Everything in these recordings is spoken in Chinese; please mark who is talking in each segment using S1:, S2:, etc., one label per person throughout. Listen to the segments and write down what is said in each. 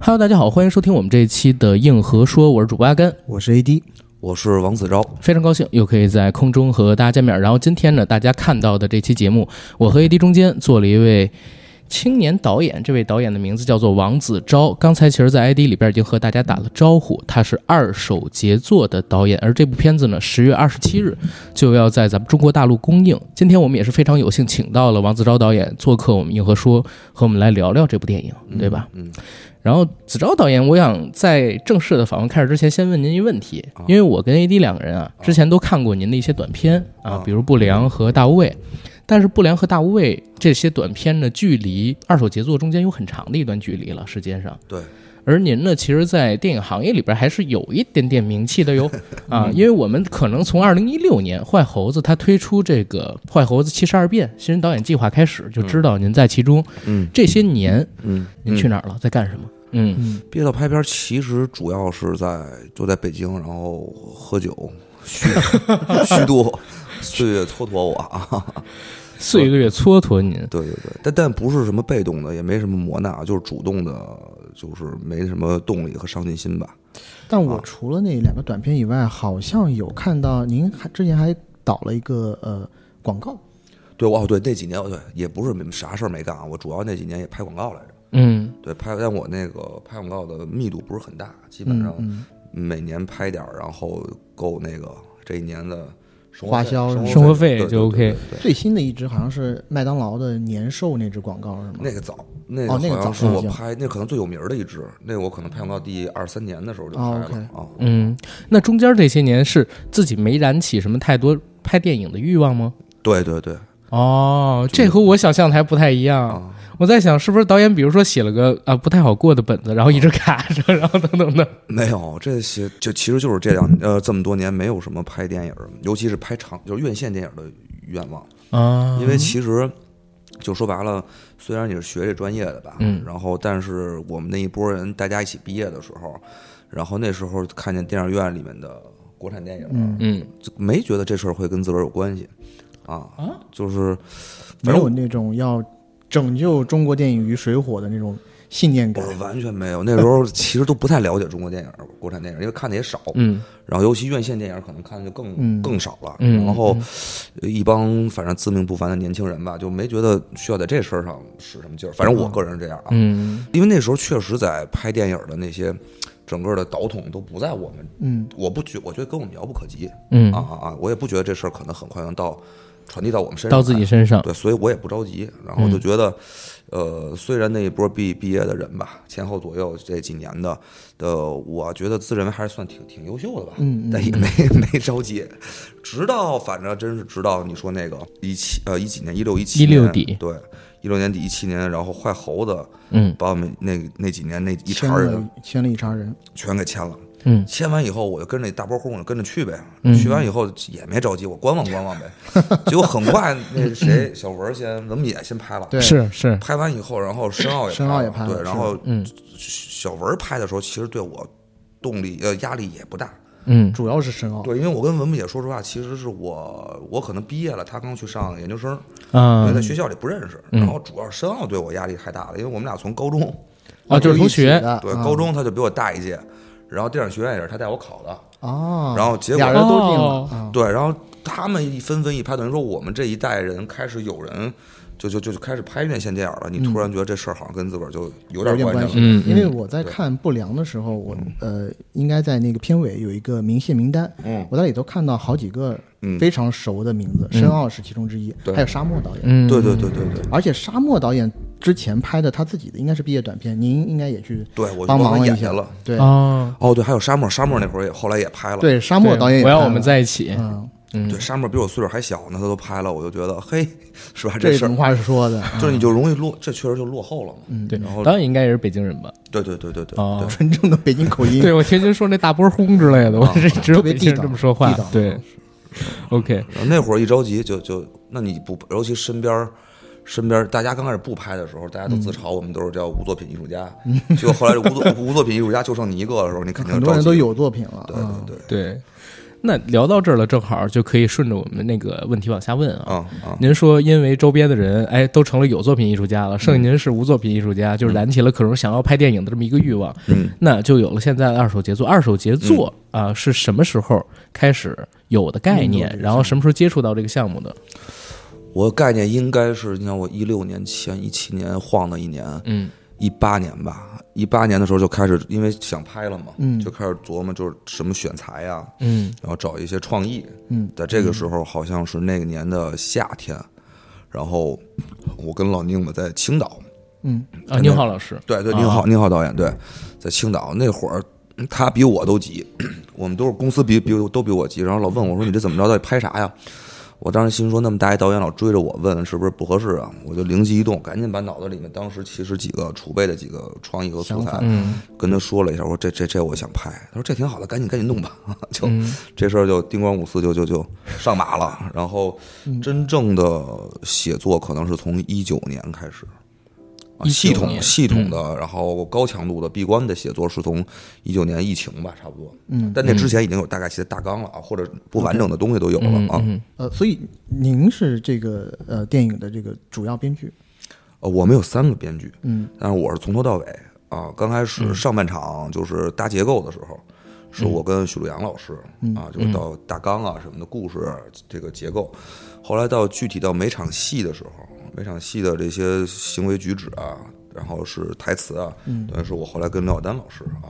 S1: Hello，大家好，欢迎收听我们这一期的硬核说，我是主播阿甘，
S2: 我是 AD，
S3: 我是王子昭，
S1: 非常高兴又可以在空中和大家见面。然后今天呢，大家看到的这期节目，我和 AD 中间做了一位青年导演，这位导演的名字叫做王子昭。刚才其实，在 ID 里边已经和大家打了招呼，他是二手杰作的导演，而这部片子呢，十月二十七日就要在咱们中国大陆公映。今天我们也是非常有幸请到了王子昭导演做客我们硬核说，和我们来聊聊这部电影，对吧？
S3: 嗯，
S1: 然后子昭导演，我想在正式的访问开始之前，先问您一问题，因为我跟 AD 两个人啊，之前都看过您的一些短片啊
S3: 啊，
S1: 比如《不良》和《大无畏》，但是《不良》和《大无畏》这些短片呢，距离二手杰作中间有很长的一段距离了，时间上。
S3: 对。
S1: 而您呢，其实，在电影行业里边还是有一点点名气的 哟，
S3: 嗯
S1: 啊，因为我们可能从二零一六年坏猴子他推出这个《坏猴子七十二变》新人导演计划开始，就知道您在其中。
S3: 嗯
S1: 这些年
S3: 嗯，
S1: 您去哪儿了，在干什么？嗯
S2: 嗯，
S3: 毕业到拍片，其实主要是在就在北京，然后喝酒，虚虚度岁月蹉跎我啊。
S1: 岁月蹉跎您，
S3: 对对对，但但不是什么被动的，也没什么磨难，啊就是主动的，就是没什么动力和上进心吧。
S2: 但
S3: 啊
S2: 我除了那两个短片以外，好像有看到您还之前还导了一个呃广告，
S3: 对，我哦对那几年，对也不是没啥事儿没干啊，我主要那几年也拍广告来着。
S1: 嗯
S3: 对，拍但我那个拍广告的密度不是很大，基本
S2: 嗯
S3: 上
S2: 嗯，
S3: 每年拍点儿，然后够那个这一年的生活
S2: 花
S3: 费
S2: 销是吧
S1: 生活费
S3: 对
S1: 就
S3: 对对
S1: OK
S3: 对对
S2: 最新的一支好像是麦当劳的年兽那支广告是吗？
S3: 那个早，那
S2: 哦那个
S3: 好
S2: 早
S3: 像是
S2: 嗯
S3: 我拍，那可能最有名儿的一支，那个我可能拍到第二三年的时候就拍
S2: 哦
S3: 了
S2: ，OK
S3: 啊。
S1: 嗯，那中间这些年是自己没燃起什么太多拍电影的欲望吗？
S3: 对对对
S1: 哦，这和我想象的还不太一样。
S3: 啊，
S1: 我在想，是不是导演比如说写了个啊不太好过的本子，然后一直卡着，然后等等等。
S3: 没有这些，就其实就是这两呃这么多年没有什么拍电影儿，尤其是拍长就是院线电影儿的愿望，
S1: 啊
S3: 因
S2: 嗯
S3: 为其实。就说白了，虽然你是学这专业的吧，
S1: 嗯
S3: 然后但是我们那一波人大家一起毕业的时候，然后那时候看见电影院里面的国产电影，
S2: 嗯，
S1: 嗯，
S3: 就没觉得这事儿会跟自个儿有关系，啊，就是
S2: 没
S3: 反正
S2: 有那种要拯救中国电影于水火的那种信念感
S3: 我。完全没有，那时候其实都不太了解中国电影、国产电影，因为看的也少，
S1: 嗯
S3: 然后尤其院线电影可能看的就更、
S2: 嗯
S3: 更少了。
S1: 嗯
S3: 然后一帮反正自命不凡的年轻人吧，就没觉得需要在这事儿上使什么劲儿。反正我个人是这样啊，
S1: 嗯
S3: 因为那时候确实在拍电影的那些整个的导筒都不在我们，
S2: 嗯，
S3: 我不觉我觉得跟我们遥不可及、
S1: 嗯
S3: 啊，啊啊！我也不觉得这事儿可能很快能到传递到我们身上来，
S1: 到自己身上。
S3: 对，所以我也不着急，然后
S2: 嗯
S3: 就觉得，呃，虽然那一波毕毕业的人吧，前后左右这几年的，呃，我觉得自认为还是算挺挺优秀的吧，
S2: 嗯嗯
S3: 但也没没着急，直到反正真是直到你说那个一七呃一几年一六一七
S1: 16底
S3: 对一六年底一七年，然后坏猴子
S1: 嗯
S3: 把我们那那几年那一
S2: 签
S3: 茬儿人
S2: 了签了一茬人，
S3: 全给签了。
S1: 嗯
S3: 签完以后，我就跟着那大波混，我就跟着去呗。
S1: 嗯
S3: 去完以后也没着急，我观望观望 呗。结果很快，那谁小文先怎么也先拍了，
S2: 对
S1: 是是，
S3: 拍完以后，然后申奥也
S2: 申奥也拍了
S3: 对，
S2: 是
S3: 然后
S1: 嗯
S3: 小文拍的时候，其实对我动力呃压力也不大。
S1: 嗯
S2: 主要是申奥。
S3: 对，因为我跟文文姐说实话，其实是我我可能毕业了，她刚去上研究生，
S2: 嗯
S3: 因
S1: 啊
S3: 为在学校里不认识。然后主要申奥对我压力太大了，因为我们俩从高中
S1: 啊，就是同学
S3: 对
S2: 对
S3: 高中他就比我大一届，然后电影学院也是他带我考的。
S2: 啊，
S3: 然后结果
S2: 俩人都定了
S1: 哦
S2: 啊，
S3: 对，然后他们一纷纷一拍，等于说我们这一代人开始有人就就就就开始拍院线电影了。你突然觉得这事儿好像跟自个儿就有点
S2: 嗯有点
S3: 关
S2: 关
S3: 系
S2: 系
S3: 了。
S1: 嗯嗯
S2: 因为我在看《不良》的时候，我呃应该在那个片尾有一个明细名单，
S3: 嗯
S2: 我在里头看到好几个
S3: 嗯
S2: 非常熟的名字，申奥是其中之一，
S3: 对
S2: 还有沙漠导演，
S1: 嗯
S3: 对对对对对。
S2: 而且沙漠导演之前拍的他自己的应该是毕业短片，您应该也去
S3: 对，我就
S2: 帮
S3: 帮
S2: 忙
S3: 他
S2: 了一
S3: 演
S2: 下
S3: 去了。
S2: 对
S1: 啊，
S3: 哦，对，还有沙漠，沙漠那会儿也后来也拍了。
S2: 对，沙漠导演也
S1: 我要
S2: 拍
S1: 我们
S2: 了
S1: 在一起。
S2: 嗯，
S3: 对，沙漠比我岁数还小呢，他都拍了，我就觉得嘿，是吧？
S2: 这
S3: 事儿
S2: 什么话说 的？
S3: 就是你就容易落，这确实就落后了嘛。嗯，
S1: 对
S3: 然后，
S1: 导演应该也是北京人吧？
S3: 对对对对对
S1: 哦
S3: 对，
S2: 纯正的北京口音，
S1: 对我天津说那大波轰之类的，我
S3: 啊
S1: 是只有
S2: 特别
S1: 北
S2: 地
S1: 京人
S2: 道
S1: 这么说话
S2: 地道。
S1: 对，OK，
S3: 然后那会儿一着急就就，那你不，尤其身边儿身边儿大家刚开始不拍的时候，大家都
S2: 嗯
S3: 自嘲我们都是叫无作品艺术家，结果后来无作无作品艺术家就剩你一个的时候，你肯定
S2: 很多人
S3: 着
S2: 都
S3: 急。
S2: 有作品了，嗯
S3: 对对对，
S1: 对。那聊到这儿了，正好就可以顺着我们那个问题往下问
S2: 嗯
S1: 啊。
S3: 啊啊，
S1: 您说，因为周边的人，哎，都成了有作品艺术家了，剩下您是无作品艺术家，就是燃起了可能想要拍电影的这么一个欲望，
S3: 嗯，
S1: 那就有了现在的二手杰作。二手杰作啊、是什么时候开始嗯有的概念？然后什么时候接触到这个项目的？
S3: 我概念应该是，你看我一六年前、一七年晃的一年，
S1: 嗯
S3: 一八年吧，一八年的时候就开始，因为想拍了嘛，
S2: 嗯
S3: 就开始琢磨就是什么选材啊呀、
S1: 嗯
S3: 然后找一些创意。
S2: 嗯，
S3: 在这个时候好像是那个年的夏天，然后我跟老宁吧在青岛，
S2: 嗯，
S1: 啊，宁浩老师，
S3: 对对，宁浩宁浩导演对，在青岛那会儿。他比我都急，我们都是公司比比都比我急，然后老问我说你这怎么着到底拍啥呀？我当时心说那么大一导演老追着我问是不是不合适啊？我就灵机一动，赶紧把脑子里面当时其实几个储备的几个创意和素
S2: 想
S3: 材
S2: 法，
S1: 嗯
S3: 跟他说了一下，我说这这这我想拍，他说这挺好的，赶紧赶紧弄吧， 就、
S1: 嗯
S3: 这事儿就叮咣五四就就就上马了。然后
S1: 嗯
S3: 真正的写作可能是从一九年开始，啊
S1: 19
S3: 系统
S1: 年嗯
S3: 系统的，然后高强度的闭关的写作是从一九年疫情吧，差不多。
S2: 嗯，
S3: 但那之前已经有大概其的大纲了啊，或者不完整的东西都有了
S1: 嗯
S3: 啊。
S1: 嗯
S2: 呃，所以您是这个呃电影的这个主要编剧，
S3: 呃，我们有三个编剧，
S2: 嗯，
S3: 但是我是从头到尾啊。刚开始上半场就是搭结构的时候，是我跟许璐阳老师啊，就是到大纲啊什么的故事这个结构。后来到具体到每场戏的时候，每场戏的这些行为举止啊，然后是台词啊，等于是我后来跟廖丹老师啊，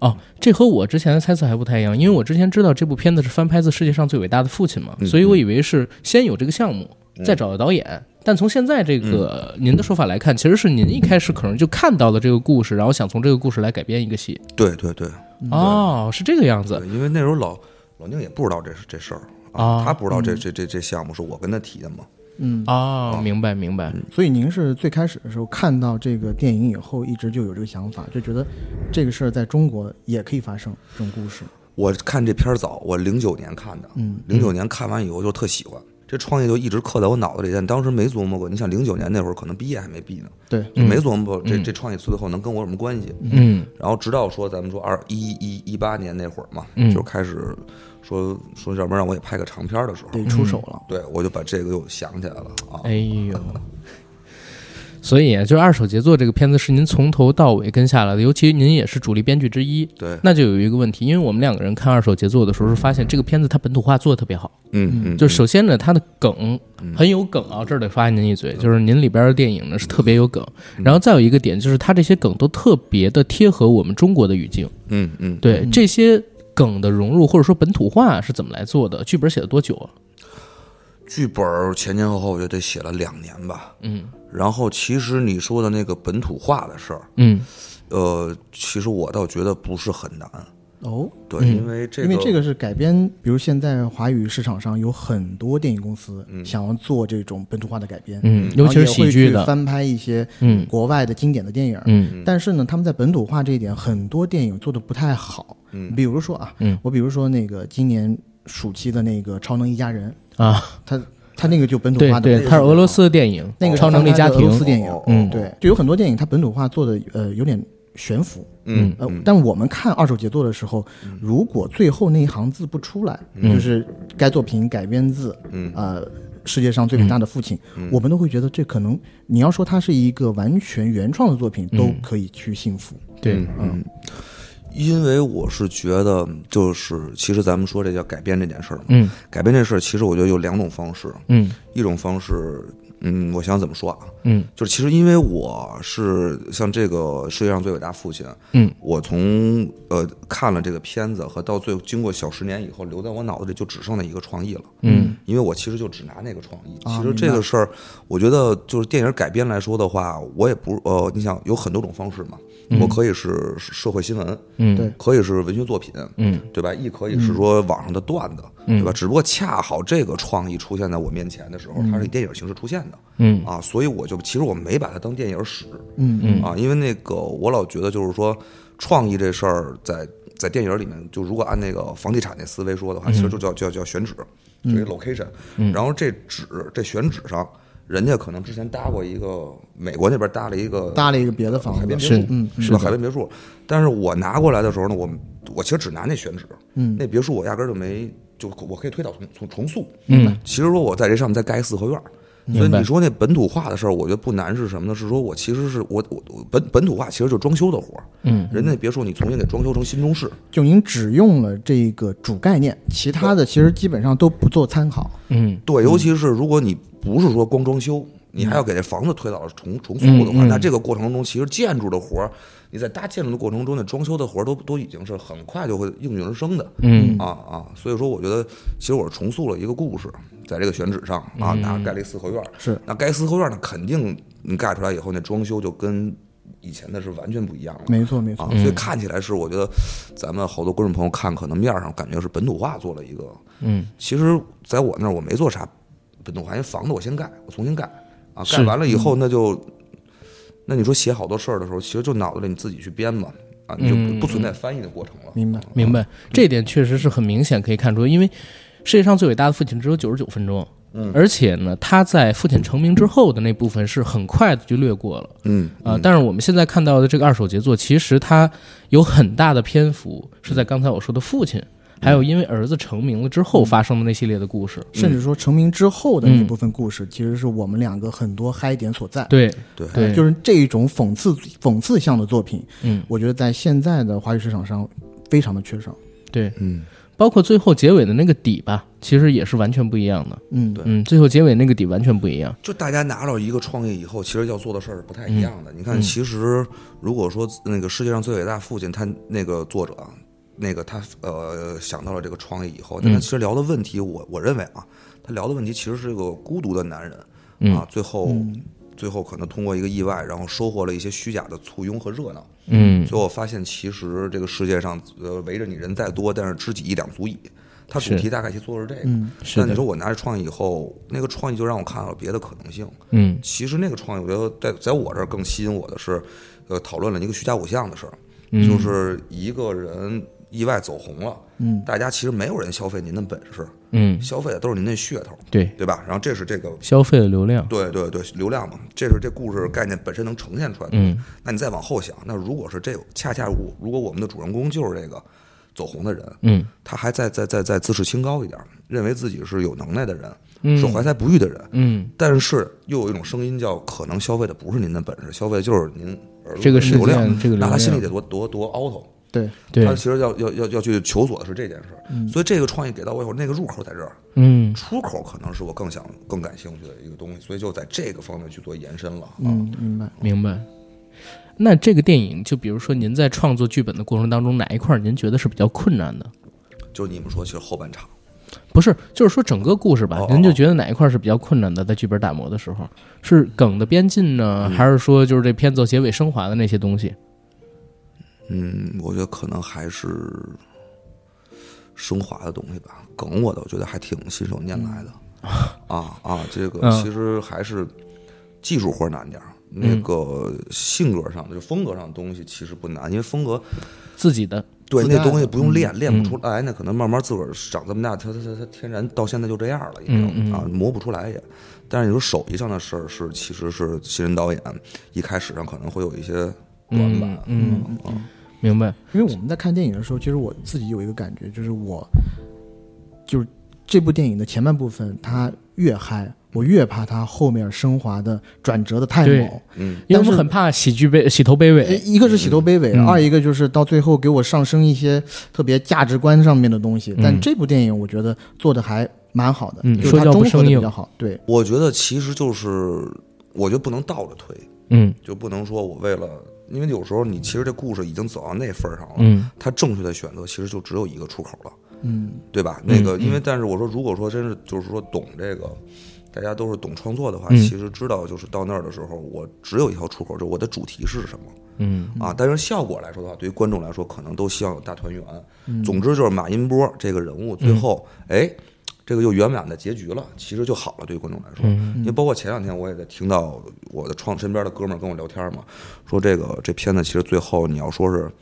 S1: 哦，这和我之前的猜测还不太一样，因为我之前知道这部片子是翻拍自《世界上最伟大的父亲》嘛，所以我以为是先有这个项目，再找导演。但从现在这个您的说法来看，其实是您一开始可能就看到了这个故事，然后想从这个故事来改编一个戏。
S3: 对对对，
S1: 哦，是这个样子
S3: 对，因为那时候老老宁也不知道这事这事儿
S1: 啊
S3: 啊，他不知道这这这这项目是我跟他提的嘛，
S2: 嗯，
S1: 哦，明白明白。
S2: 所以您是最开始的时候看到这个电影以后，一直就有这个想法，就觉得这个事儿在中国也可以发生这种故事，
S3: 我看这片儿早，我零九年看的，零九年看完以后就特喜欢，这创意就一直刻在我脑子里，但当时没琢磨过。你想零九年那会儿可能毕业还没毕呢，
S2: 对，
S3: 就没琢磨过这、这创意最后能跟我有什么关系。
S1: 嗯
S3: 然后直到说咱们说二一一一八年那会儿嘛，就开始说说要不然让我也拍个长片儿的时候，
S2: 得出手了。
S3: 对我就把这个又想起来了啊。
S1: 哎呦，所以啊就是二手杰作这个片子是您从头到尾跟下来的，尤其您也是主力编剧之一。
S3: 对，
S1: 那就有一个问题，因为我们两个人看二手杰作的时候，是发现这个片子它本土化做的特别好。
S3: 嗯嗯，
S1: 就首先呢，它的梗很有梗啊，这儿得发您一嘴，就是您里边的电影呢是特别有梗，然后再有一个点就是它这些梗都特别的贴合我们中国的语境，
S3: 嗯嗯，
S1: 对这些梗的融入或者说本土化是怎么来做的？剧本写了多久啊？
S3: 剧本儿前前后后我就得写了两年吧。
S1: 嗯
S3: 然后其实你说的那个本土化的事儿，
S1: 嗯
S3: 呃，其实我倒觉得不是很难，
S2: 哦，
S3: 对，
S1: 嗯
S3: 因为这
S2: 因
S3: 个，
S2: 为这个是改编，比如现在华语市场上有很多电影公司想要做这种本土化的改编，
S1: 嗯，
S2: 然
S1: 尤
S2: 后
S1: 其是
S2: 也
S1: 喜
S2: 会
S1: 剧
S2: 去
S1: 的，
S2: 翻拍一些
S1: 嗯
S2: 国外的经典的电影。
S1: 嗯
S2: 但是呢，他们在本土化这一点，很多电影做的不太好。嗯，比如说啊，
S1: 嗯
S2: 我比如说那个今年暑期的那个《超能一家人》，
S1: 啊，
S2: 他他那个就本土
S1: 对
S2: 化的
S1: 对，它是俄罗斯的电影，
S2: 那个
S1: 超能力家
S2: 是俄罗
S1: 庭
S2: 斯，电影，
S1: 嗯
S2: 对，哦就有很多电影它本土化做的呃有点悬浮，
S3: 嗯
S2: 呃，但我们看二手杰作的时候，
S1: 嗯
S2: 如果最后那一行字不出来，就是该作品改编自，嗯，呃，世界上最伟大的父亲，
S1: 嗯
S2: 我们都会觉得这可能你要说它是一个完全原创的作品，
S1: 嗯
S2: 都可以去信服，
S1: 对，
S3: 因为我是觉得，就是其实咱们说这叫改编这件事儿嘛，
S1: 嗯
S3: 改编这事儿，其实我觉得有两种方式，
S1: 嗯
S3: 一种方式，嗯，我想怎么说啊，
S1: 嗯
S3: 就是其实因为我是像这个世界上最伟大父亲，
S1: 嗯，
S3: 我从呃看了这个片子和到最后经过小十年以后，留在我脑子里就只剩那一个创意了，
S1: 嗯
S3: 因为我其实就只拿那个创意。
S2: 啊
S3: 其实这个事儿，我觉得就是电影改编来说的话，我也不呃，你想有很多种方式嘛，我可以是社会新闻，
S1: 嗯，
S2: 对
S3: 可以是文学作品，
S1: 嗯，
S3: 对吧？亦可以是说网上的段子，对吧？只不过恰好这个创意出现在我面前的时候，它是以电影形式出现的，
S1: 嗯
S3: 啊，所以我就其实我没把它当电影使，
S2: 嗯
S1: 嗯
S3: 啊，因为那个我老觉得就是说创意这事儿在在电影里面，就如果按那个房地产那思
S1: 嗯
S3: 维说的话，其实就叫叫叫选址，就一 location，然后这址这选址上。人家可能之前搭过一个美国那边搭了一个
S2: 搭了一个别的房
S3: 海边
S2: 子，
S3: 别
S1: 是
S3: 墅，
S1: 嗯
S3: 是吧？海边别墅。但是我拿过来的时候呢，我我其实只拿那选址，嗯，那别墅我压根儿就没，就我可以推倒重重重塑，
S1: 嗯，
S3: 其实说我在这上面再盖一四合院儿。所以你说那本土化的事儿，我觉得不难是什么呢？是说我其实是我我我本本土化其实就是装修的活儿，嗯，人家别墅你重新给装修成新中式，
S2: 就您只用了这个主概念，其他的其实基本上都不做参考。
S1: 嗯
S3: 对，尤其是如果你不是说光装修，你还要给这房子推倒重重塑的话，
S1: 嗯嗯
S3: 那这个过程中其实建筑的活儿，你在搭建筑的过程中，那装修的活儿都都已经是很快就会应运而生的。
S1: 嗯
S3: 啊啊，所以说我觉得其实我是重塑了一个故事，在这个选址上啊，
S1: 嗯
S3: 拿盖了一四合院儿。
S2: 是
S3: 那盖四合院儿呢，肯定你盖出来以后，那装修就跟以前的是完全不一样了。
S2: 没错，没
S3: 啊
S2: 错，，
S3: 所以看起来是我觉得咱们好多观众朋友看，可能面儿上感觉是本土化做了一个，
S1: 嗯，
S3: 其实在我那儿我没做啥本土化，因为房子我先盖，我重新盖啊，
S1: 是
S3: 盖完了以后那就，那你说写好多事儿的时候，其实就脑子里你自己去编吧，啊，你就不不存在翻译的过程了。
S2: 明白。
S1: 明
S3: 嗯
S1: 白，这一点确实是很明显可以看出，因为世界上最伟大的父亲只有九十九分钟，嗯，而且呢，他在父亲成名之后的那部分是很快的就略过了。
S3: 嗯，
S1: 啊，但是我们现在看到的这个二手杰作，其实它有很大的篇幅是
S3: 嗯
S1: 在刚才我说的父亲，还有因为儿子成名了之后发生的那系列的故事。
S2: 甚至说成名之后的那部分故事，其实是我们两个很多嗨点所在。呃
S1: 对
S3: 对
S1: 对，
S2: 哎就是是这种讽刺讽刺向的作品，
S1: 嗯，
S2: 我觉得在现在的华语市场上非常的缺少。
S1: 对，
S3: 嗯，
S1: 包括最后结尾的那个底吧，其实也是完全不一样的。
S2: 嗯，
S3: 对
S1: 嗯，最后结尾那个底完全不一样。
S3: 就大家拿到一个创意以后，其实要做的事儿是不太一样的。你看，其实如果说那个世界上最伟大父亲，他那个作者啊，那个他呃想到了这个创意以后，但他其实聊的问题，我我认为啊，他聊的问题其实是一个孤独的男人、啊，最后、最后可能通过一个意外，然后收获了一些虚假的簇拥和热闹。
S1: 嗯
S3: 最后发现，其实这个世界上，呃，围着你人再多，但是知己一两足矣。它主
S1: 是嗯
S3: 题大概其做的是这个。
S1: 是
S3: 那
S1: 的
S3: 你说我拿着创意以后，那个创意就让我看到了别的可能性。
S1: 嗯
S3: 其实那个创意，我觉得在在我这儿更吸引我的是，呃，讨论了一个虚假偶像的事儿，
S1: 嗯
S3: 就是一个人意外走红了，嗯，大家其实没有人消费您的本事，
S1: 嗯，
S3: 消费的都是您那噱头，
S1: 对，
S3: 对吧？然后这是这个
S1: 消费的流量，
S3: 对对对，流量嘛，这是这故事概念本身能呈现出来的。嗯，那你再往后想，那如果是这个，恰恰我如果我们的主人公就是这个走红的人，
S1: 嗯，
S3: 他还在在在在自视清高一点，认为自己是有能耐的人，是怀才不遇的人，
S1: 嗯，
S3: 但是又有一种声音叫，可能消费的不是您的本事，消费的就是您耳朵
S1: 这个
S3: 的
S1: 事
S3: 流量
S1: 件，这个
S3: 那
S1: 流
S3: 他心里
S1: 量，
S3: 得多多多凹头。
S2: 对，
S1: 对
S3: 他，其实要要要要去求索的是这件事儿，所以这个创意给到我以后，那个入口在这儿，
S1: 嗯
S3: 出口可能是我更想、更感兴趣的一个东西，所以就在这个方面去做延伸了。
S2: 嗯，明白。
S1: 明白。那这个电影，就比如说您在创作剧本的过程当中，哪一块儿您觉得是比较困难的？
S3: 就是你们说，其实后半场，
S1: 不是，就是说整个故事吧
S3: 哦，
S1: 您就觉得哪一块儿是比较困难的？在剧本打磨的时候，是梗的编进呢，还是说就是这片子结尾升华的那些东西？
S3: 嗯，我觉得可能还是升华的东西吧。梗我的，我觉得还挺信手拈来的。啊啊，这个
S1: 嗯
S3: 其实还是技术活儿难点儿。那个性格上的，就风格上的东西其实不难，因为风格
S1: 自己的，
S3: 对
S2: 自带
S3: 那
S2: 的
S3: 东西不用练，练不出来，那可能慢慢自个儿长这么大，他他他他天然到现在就这样了，已经、啊磨不出来也。但是你说手艺上的事儿是，其实是新人导演一开始上可能会有一些短板，嗯
S1: 明白？
S2: 因为我们在看电影的时候，其实我自己有一个感觉，就是我，就是这部电影的前半部分，它越嗨，我越怕它后面升华的转折的太
S1: 对
S2: 猛。
S3: 嗯
S1: 因为我
S2: 但
S1: 们
S2: 是
S1: 很怕洗剧卑洗头卑
S2: 呃
S3: 哎
S1: 微。
S2: 一个是洗头卑微，
S1: 嗯
S2: 二一个就是到最后给我上升一些特别价值观上面的东西。但这部电影我觉得做的还蛮好的，
S1: 嗯
S2: 就是
S1: 说
S2: 它
S1: 教
S2: 中
S1: 不
S2: 和的
S1: 生硬
S2: 比较好。对，
S3: 我觉得其实就是，我觉得不能倒着推，
S1: 嗯
S3: 就不能说我为了，因为有时候你其实这故事已经走到那份儿上了，
S1: 嗯
S3: 他正确的选择其实就只有一个出口了，
S2: 嗯，
S3: 对吧？那个，因为但是我说，如果说真是就是说懂这个，大家都是懂创作的话，
S1: 嗯
S3: 其实知道就是到那儿的时候，我只有一条出口，就是我的主题是什么
S1: 嗯
S3: 啊。但是效果来说的话，对于观众来说，可能都希望有大团圆。总之就是马音波这个人物最后，哎。这个又圆满的结局了，其实就好了。对于观众来说，因为包括前两天我也在听到我的创身边的哥们儿跟我聊天嘛，说这个这片子其实最后你要说是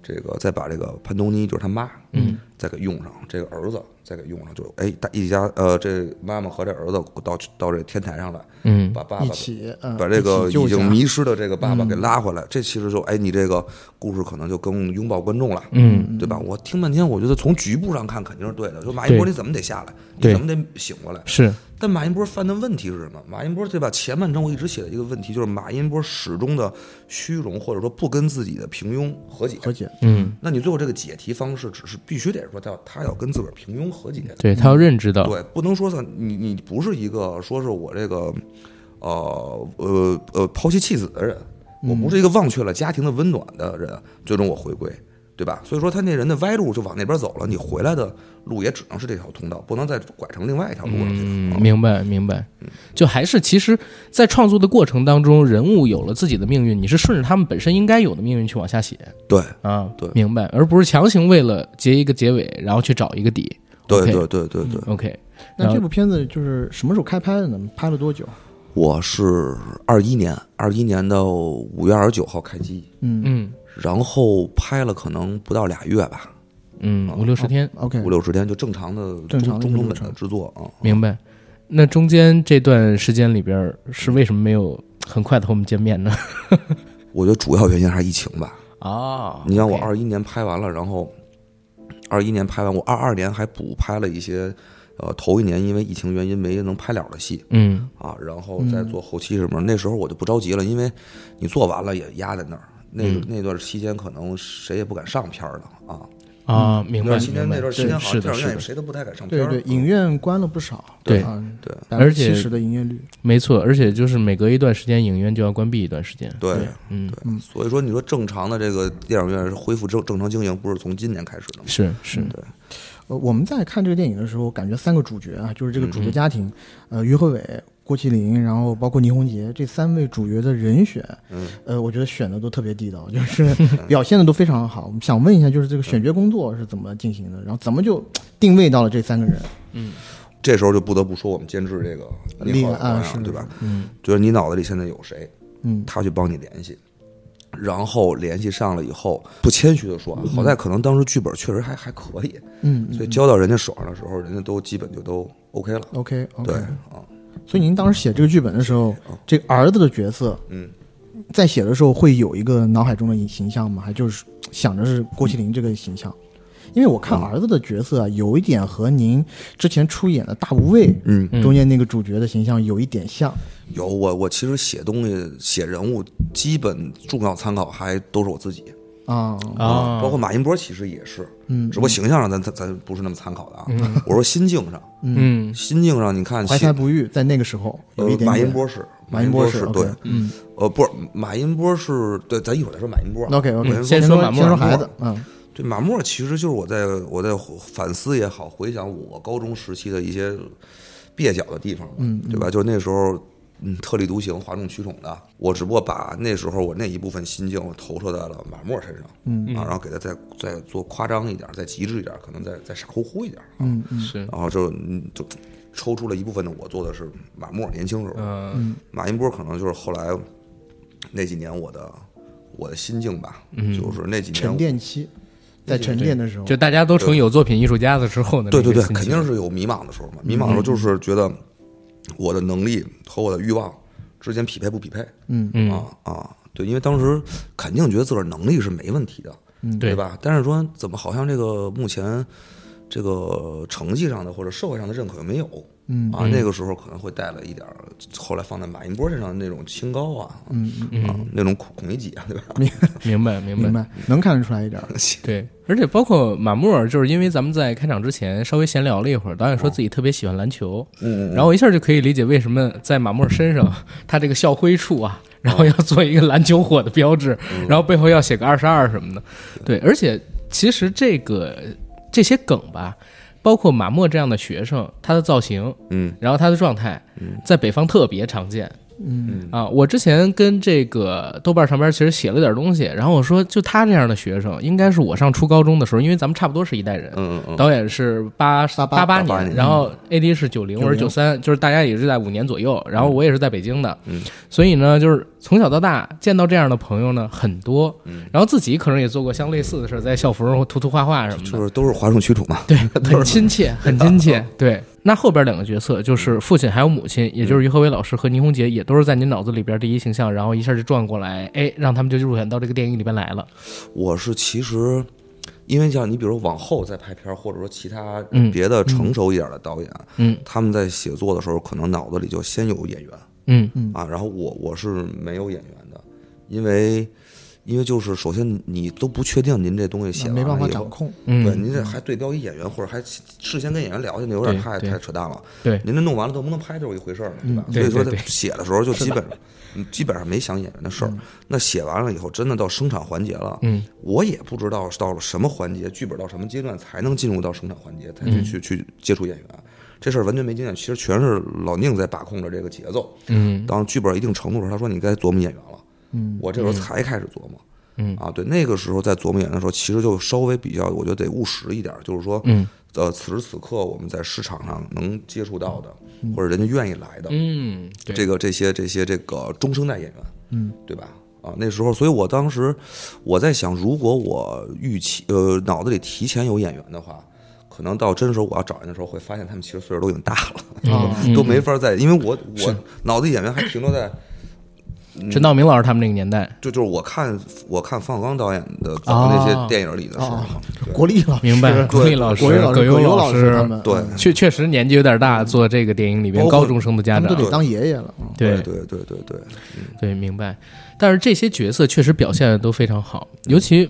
S3: 这个再把这个潘东尼就是他妈，嗯，再给用上，这个儿子再给用上，就是哎，大一家呃，这妈妈和这儿子到到这天台上来，
S1: 嗯
S3: 把爸
S2: 一
S3: 爸
S2: 起呃
S3: 把这
S2: 一
S3: 个
S2: 起
S3: 已
S2: 救下
S3: 经迷失的这个爸爸给拉回来，这其实就哎，你这个故事可能就更拥抱观众了，
S1: 嗯，
S3: 对吧？我听半天，我觉得从局部上看肯定是对的，说马一波
S1: 对
S3: 你怎么得下来，
S1: 对
S3: 你怎么得醒过来？
S1: 是
S3: 但马音波犯的问题是什么？马音波对吧？前半程我一直写的一个问题就是马音波始终的虚荣，或者说不跟自己的平庸和解。
S2: 和解，
S1: 嗯，
S3: 那你最后这个解题方式，只是必须得说他要他要跟自个儿平庸和解。
S1: 对他要认知
S2: 啊
S1: 到，
S3: 对，不能说是你你不是一个说是我这个，呃呃呃抛妻弃子的人，我不是一个忘却了家庭的温暖的人，最终我回归，对吧？所以说他那人的歪路就往那边走了，你回来的路也只能是这条通道，不能再拐成另外一条路上去。
S1: 嗯，明白明白，就还是其实，在创作的过程当中，人物有了自己的命运，你是顺着他们本身应该有的命运去往下写
S3: 对
S1: 啊，
S3: 对
S1: 明白，而不是强行为了结一个结尾，然后去找一个底。
S3: 对
S1: OK
S3: 对对对
S2: 嗯
S3: 对，
S1: OK，然
S2: 那
S1: 后
S2: 这部片子就是什么时候开拍的呢？拍了多久？
S3: 我是二一年二一年的五月二十九号开机，
S2: 嗯
S1: 嗯
S3: 然后拍了可能不到俩月吧，
S1: 嗯，五六十天，
S2: ，OK，
S3: 五六十天就正常的
S2: 正常的
S3: 中中成
S2: 流
S3: 本的
S2: 程
S3: 制作啊。
S1: 明白。那中间这段时间里边儿，是为什么没有很快的和我们见面呢？
S3: 我觉得主要原因还是疫情吧。
S1: 啊，
S3: 你像我
S1: OK
S3: 二一年拍完了，然后二一年拍完，我二二年还补拍了一些，呃，头一年因为疫情原因没能拍了的戏
S1: 嗯
S3: 啊，然后再做后期什么。那时候我就不着急了，因为你做完了也压在那儿。那
S2: 嗯
S3: 个、那段期间，可能谁也不敢上片儿了啊。
S1: 啊，明
S3: 那
S1: 白
S3: 段期间
S1: 明白
S3: 那段期间，好
S1: 是
S3: 像电
S1: 的，是
S3: 影院
S1: 的
S3: 也，谁都不太敢上片
S2: 对
S3: 儿。嗯
S2: 对，影院关了不少，
S1: 对
S2: 啊，
S3: 对
S1: 而且
S2: 七十的营业率，
S1: 没错，而且就是每隔一段时间，影院就要关闭一段时间。
S3: 对
S2: 对
S1: 嗯，
S3: 对，所以说你说正常的这个电影院是恢复正正常经营，不是从今年开始的吗？
S1: 是是，
S2: 呃，我们在看这个电影的时候，感觉三个主角啊，就是这个
S3: 嗯
S2: 主角家庭，呃，于和伟、郭麒麟，然后包括倪虹洁这三位主角的人选，
S3: 嗯
S2: 呃，我觉得选的都特别地道，就是 表现的都非常好。我们想问一下，就是这个选角工作是怎么进行的，然后怎么就定位到了这三个人？
S3: 这时候就不得不说我们监制这个
S2: 厉害
S3: 浩
S2: 啊
S3: 的
S2: 是
S3: 模
S2: 的
S3: 样，对吧？
S1: 嗯
S3: 就是你脑子里现在有谁，
S2: 嗯
S3: 他去帮你联系，然后联系上了以后，不谦虚的说，啊，好在可能当时剧本确实还还可以，
S2: 嗯
S3: 所以交到人家手上的时候，人家都基本就都 OK 了。
S2: ，OK OK
S3: 对。啊，
S2: 所以您当时写这个剧本的时候，这个儿子的角色
S3: 嗯，
S2: 在写的时候会有一个脑海中的形象吗？还就是想着是郭麒麟这个形象？因为我看儿子的角色啊，有一点和您之前出演的大无畏，
S3: 嗯，
S2: 中间那个主角的形象有一点像。
S3: 有我我其实写东西写人物，基本重要参考还都是我自己
S2: 啊，
S3: 嗯
S1: 啊，
S3: 包括马音波其实也是，
S2: 嗯
S3: 只不过形象上咱咱咱不是那么参考的啊。我说心境上，
S1: 嗯
S3: 心境上你看
S2: 怀
S3: 写
S2: 才不遇，在那个时候有一
S3: 呃，
S2: 点点。
S3: 马音波是
S2: 马
S3: 音
S2: 音波
S3: 是
S2: 是
S3: 对
S2: OK，，
S3: 嗯，呃，不是马音波是对，咱一会儿再说马音波啊。
S2: ，OK OK，
S1: 嗯先
S2: 说
S1: 说马莫
S2: 先说
S1: 马
S2: 孩
S1: 莫
S2: 子，嗯
S3: 对马莫其实就是我在我在反思也好，回想我高中时期的一些蹩脚的地方，嗯，对吧？就是那时候。嗯，特立独行、哗众取宠的，我只不过把那时候我那一部分心境投射在了马莫身上，嗯啊，然后给他再再做夸张一点，再极致一点，可能再再傻乎乎一点，啊
S2: 嗯嗯，
S1: 是
S3: 然后就嗯就抽出了一部分的我做的是马莫年轻时候，
S1: 嗯
S3: 马音波可能就是后来那几年我的我的心境吧，就是那几
S2: 沉
S3: 年，
S2: 淀期，在沉淀的时候，
S1: 就大家都成有作品艺术家的之后呢，
S3: 对
S1: 那
S3: 对对
S1: 个，心
S3: 肯
S1: 情
S3: 定是有迷茫的时候嘛。迷茫的时候就是觉得我的能力和我的欲望之间匹配不匹配，
S2: 嗯
S1: 嗯
S3: 啊啊，对，因为当时肯定觉得自个儿能力是没问题的，
S2: 嗯
S1: 对
S3: 对吧？但是说怎么好像这个目前这个成绩上的或者社会上的认可又没有，
S2: 嗯
S3: 啊，那个时候可能会带了一点儿后来放在马云波身上的那种清高啊，
S2: 嗯
S3: 嗯啊，那种孔孔乙己啊，对吧？
S1: 明白明白
S2: 明白，能看得出来一点儿。
S1: 对，而且包括马穆尔，就是因为咱们在开场之前稍微闲聊了一会儿，导演说自己特别喜欢篮球，
S3: 嗯
S1: 然后我一下就可以理解为什么在马穆尔身上， 他这个校徽处
S3: 哦
S1: 啊，然后要做一个篮球火的标志，
S3: 嗯
S1: 然后背后要写个二十二什么的，对，而且其实这个这些梗吧，包括马莫这样的学生，他的造型，
S3: 嗯，
S1: 然后他的状态，在北方特别常见。
S2: 嗯
S1: 啊，我之前跟这个豆瓣上边其实写了点东西，然后我说，就他这样的学生，应该是我上初高中的时候，因为咱们差不多是一代人。
S3: 嗯嗯嗯，
S1: 导演是八八
S2: 八八
S1: 八
S3: 八八
S1: 年，
S3: 年
S1: 然后嗯 AD 是九零，我是九三，就是大家也是在五年左右，然后我也是在北京的，所以呢，就是从小到大见到这样的朋友呢很多，然后自己可能也做过像类似的事儿，在校服上涂涂画画什 么的，
S3: 就是都是哗众取宠嘛。
S1: 对，很亲 切，很亲切。对，那后边两个角色就是父亲还有母亲，也就是于和伟老师和倪虹洁，也都是在您脑子里边第一形象，然后一下就转过来，哎，让他们就入选到这个电影里边来了。
S3: 我是其实，因为像你比如说往后再拍片儿，或者说其他别的成熟一点的导演，啊
S1: 嗯，
S3: 他们在写作的时候，可能脑子里就先有演员
S1: 嗯
S3: 啊，然后我我是没有演员的，因为因为就是首先你都不确定您这东西写完
S2: 没
S3: 了以后
S2: 办法掌控。
S3: 对，
S1: 嗯，
S3: 您这还对标一演员，或者还事先跟演员聊去，那有点
S1: 对
S3: 太
S1: 对
S3: 太扯淡了。
S1: 对
S3: 您这弄完了能不能拍就是一回事儿了，对吧？
S1: 嗯
S3: 所
S1: 对
S3: 以说
S1: 对
S3: 他
S1: 对
S3: 写的时候就基本嗯基本上没想演员的事儿。那写完了以后，真的到生产环节了，
S1: 嗯，
S3: 我也不知道是到了什么环节，剧本到什么阶段才能进入到生产环节，才
S1: 嗯
S3: 去去去接触演员。这事儿完全没经验，其实全是老宁在把控着这个节奏。
S1: 嗯
S3: 当剧本一定程度的时候，他说你该琢磨演员了。
S2: 嗯，
S3: 我这时候才开始琢磨。
S1: 嗯
S3: 啊，对，那个时候在琢磨演员的时候，其实就稍微比较，我觉得得务实一点，就是说，
S1: 嗯，
S3: 呃，此时此刻我们在市场上能接触到的，或者人家愿意来的，
S1: 嗯，对，
S3: 这个这些这些这个中生代演员，
S2: 嗯，
S3: 对吧？啊，那时候，所以我当时我在想，如果我预期呃脑子里提前有演员的话，可能到真时候我要找人的时候，会发现他们其实岁数都已经大
S2: 嗯
S3: 了，
S1: 啊
S3: 都没法再，因为我我脑子里演员还停留在。
S1: 陈道明老师他们那个年代，
S3: 就就是我看我看方刚导演的早的那些电影里的时候，
S2: 哦国立老师，
S1: 明白？
S3: 对
S1: 郭丽老师、
S2: 国立老师、葛
S1: 优
S2: 优老
S1: 师
S2: 他们，
S3: 对
S2: 嗯
S1: 确确实年纪有点大，做这个电影里边
S3: 包括
S1: 高中生的家
S2: 他们都
S1: 长，
S2: 得当爷爷了。嗯
S1: 对
S3: 对对对对，
S1: 对，明白。但是这些角色确实表现的都非常好，尤其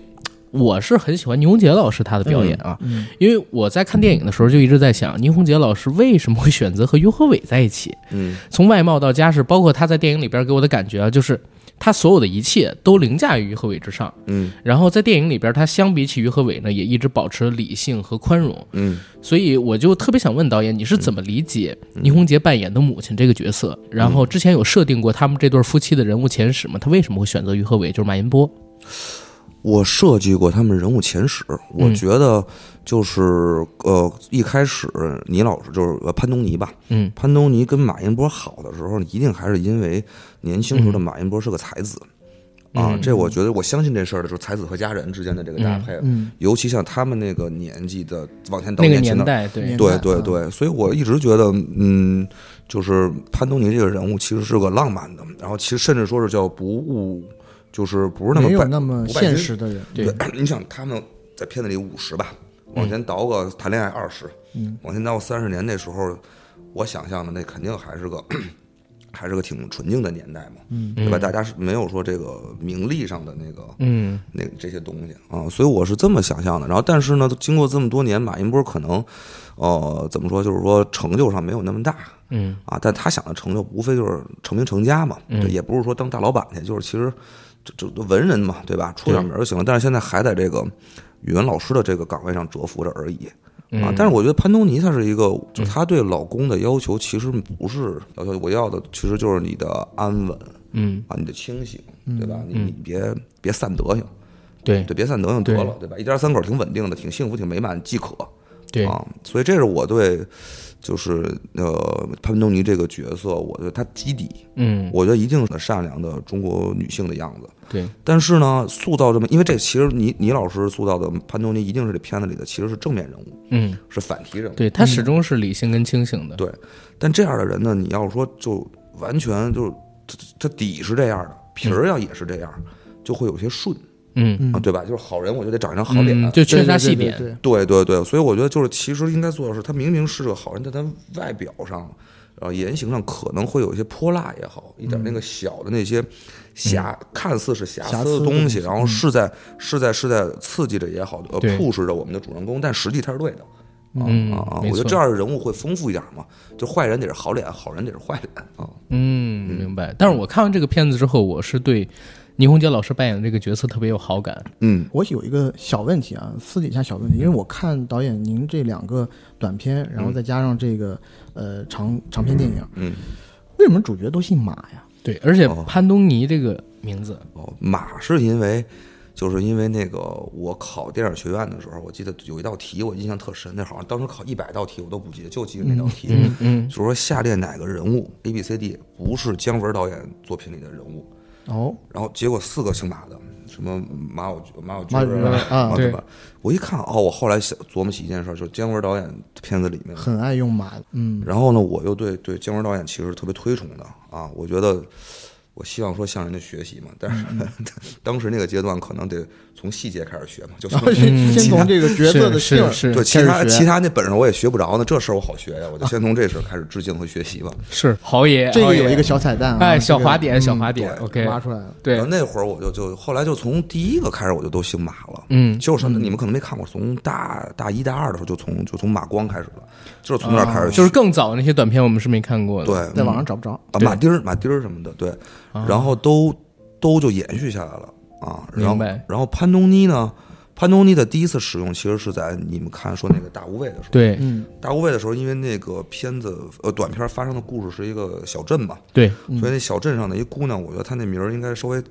S1: 我是很喜欢倪虹洁老师她的表演啊，
S2: 嗯
S1: 因为我在看电影的时候就一直在想，倪虹洁老师为什么会选择和于和伟在一起？
S3: 嗯
S1: 从外貌到家世，包括她在电影里边给我的感觉啊，就是她所有的一切都凌驾于于和伟之上。
S3: 嗯
S1: 然后在电影里边，她相比起于和伟呢，也一直保持理性和宽容。
S3: 嗯
S1: 所以我就特别想问导演，你是怎么理解倪虹洁扮演的母亲这个角色？然
S3: 嗯
S1: 后之前有设定过他们这对夫妻的人物前史吗？他为什么会选择于和伟，就是马寅波？
S3: 我设计过他们人物前史，
S2: 嗯
S3: 我觉得就是呃，一开始倪老师就是呃潘东尼吧，
S1: 嗯，
S3: 潘东尼跟马寅波好的时候，一定还是因为年轻时候的马寅波是个才子。
S2: 嗯
S3: 啊，这我觉得我相信这事儿的，就是才子和佳人之间的这个搭配，
S2: 嗯，
S3: 尤其像他们那个年纪的往前倒
S1: 那个
S3: 嗯年轻
S1: 年
S3: 的
S1: 代，对
S2: 年
S3: 对
S2: 代
S3: 对
S2: 嗯
S3: 对，所以我一直觉得，嗯，就是潘东尼这个人物其实是个浪漫的，然后其实甚至说是叫不务，就是不是那么
S2: 没有
S3: 拜
S2: 那么
S3: 不拜金
S2: 现实的人，
S1: 对
S3: 对， 你想他们在片子里五十吧，往前倒个谈恋爱二十，嗯，往前倒三十年，那时候我想象的那肯定还是个 还是个挺纯净的年代嘛，嗯，对吧？大家是没有说这个名利上的那个，
S1: 嗯，
S3: 那这些东西啊，所以我是这么想象的。然后，但是呢，经过这么多年，马云波可能，呃，怎么说，就是说成就上没有那么大，
S1: 嗯
S3: 啊，但他想的成就无非就是成名成家嘛，对，也不是说当大老板去，就是其实这这这文人嘛，对吧？出点名儿就行了。但是现在还在这个语文老师的这个岗位上蛰伏着而已。啊，
S1: 嗯
S3: 但是我觉得潘东尼他是一个，就他对老公的要求其实不是要求，我要的其实就是你的安稳，
S1: 嗯，
S3: 啊，你的清醒，对吧？你你别别散德行，
S1: 对
S3: 对，别散德行得
S1: 对
S3: 了，对吧？一家三口挺稳定的，挺幸福，挺美满，即可
S1: 对，
S3: 啊。所以这是我对，就是呃潘东尼这个角色，我对她基底，
S1: 嗯
S3: 我觉得一定是善良的中国女性的样子。
S1: 对，
S3: 但是呢，塑造这么，因为这其实倪倪老师塑造的潘东尼一定是这片子里的其实是正面人物，
S1: 嗯，
S3: 是反提人物。
S1: 对
S2: 嗯
S1: 他始终是理性跟清醒的。
S3: 对但这样的人呢，你要说就完全就是他他底是这样的，皮儿要也是这样，就会有些顺
S1: 嗯，
S3: 啊，对吧？就是好人，我就得长一张好脸。
S1: 嗯，就缺
S2: 啊对
S1: 乏
S2: 对
S1: 细
S2: 对
S1: 点。
S2: 对，
S3: 对对对，所以我觉得就是其实应该做的是，他明明是个好人，但他外表上，呃，言行上可能会有一些泼辣也好，一点那个小的那些瑕，看似是瑕
S2: 瑕疵
S3: 疵的
S2: 的
S3: 东
S2: 东
S3: 西，
S2: 西
S3: 然后是在是在是在刺激着也好，呃
S1: 对
S3: ，push 着我们的主人公，但实际他是对的。啊
S1: 嗯
S3: 啊啊！
S1: 没
S3: 我觉得
S1: 错
S3: 这样的人物会丰富一点嘛，就坏人得是好脸，好人得是坏脸啊。
S1: 嗯，明白。但是我看完这个片子之后，我是对倪虹洁老师扮演的这个角色特别有好感。
S3: 嗯
S2: 我有一个小问题啊，私底下小问题，因为我看导演您这两个短片，然后再加上这个呃长长篇电影，
S3: 嗯，
S2: 为什么主角都姓马呀？
S1: 对，而且
S3: 哦
S1: 潘东尼这个名字，
S3: 哦，马是因为，就是因为那个我考电影学院的时候，我记得有一道题我印象特深，那好像当时考一百道题我都不记得，就记得那道题，
S1: 嗯
S3: 就是说下列哪个人物 A B C D 不是姜文导演作品里的人物？
S2: 哦，
S3: 然后结果四个姓马的，什么马有马有
S2: 马有
S3: 军
S2: 军啊
S3: 对
S1: 对
S3: 吧？我一看哦，我后来想琢磨起一件事儿，就是姜文导演片子里面，
S2: 很爱用马， 嗯，
S3: 然后呢，我又对对姜文导演其实特别推崇的啊，我觉得我希望说向人家学习嘛，但是、
S1: 嗯
S3: 当时那个阶段可能得从细节开始学 嘛，就从
S1: 啊
S2: 然后先先从这个角色的
S1: 是
S2: 性
S1: 是
S2: 儿
S1: 是
S2: 开
S3: 对，其
S2: 始
S3: 他
S2: 学
S3: 其他那本上我也学不着呢，这事儿我好学呀，我就先从这事儿开始致敬和学习吧。
S1: 是豪爷，
S2: 这
S1: 豪
S2: 个
S1: 爷
S2: 有一个小彩蛋啊，
S1: 哎
S2: 这个
S1: 小滑点，小
S2: 嗯
S1: 滑点，OK，
S2: 挖出来了，
S1: 对
S3: 然后，那会儿我就就后来就从第一个开始我就都姓马了，
S1: 嗯
S3: 就是你们可能没看过，从大大一大二的时候就从就从马光开始了，就是从那儿开始
S1: 哦
S3: 学，
S1: 就是更早那些短片我们是没看过的，
S3: 对，
S2: 在网上找不着，
S3: 啊马丁儿马丁儿什么的，对，
S1: 啊
S3: 然后都都就延续下来了啊，然
S1: 明
S3: 后
S1: 白
S3: 然后潘东尼呢，潘东尼的第一次使用其实是在你们看说那个大无畏的时候，
S1: 对
S2: 嗯，
S3: 大无畏的时候，因为那个片子呃短片发生的故事是一个小镇嘛，
S1: 对，
S3: 所以那小镇上的一姑娘，我觉得她那名儿应该稍微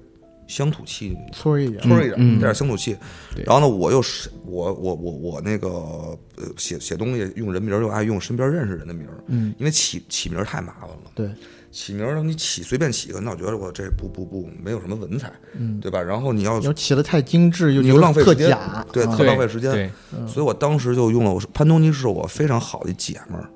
S3: 乡土气
S2: 村儿一点，
S3: 村儿一点，
S1: 嗯嗯
S3: 带点乡土气。
S1: 对
S3: 然后呢，我又是我我我我那个呃写写东西用人名儿又爱用身边认识人的名儿，
S2: 嗯，
S3: 因为起起名儿太麻烦了。
S2: 对，
S3: 起名儿你起随便起一个，那我觉得我这不不不没有什么文采，对吧？然后你要
S2: 要起的太精致又
S3: 你
S2: 觉得
S3: 又浪费
S2: 特
S3: 时间
S2: 假，
S3: 对
S2: 啊
S3: 特
S1: 对
S3: 浪费时间
S1: 对
S3: 所以我当时就用了我潘东尼是我非常好的姐们儿，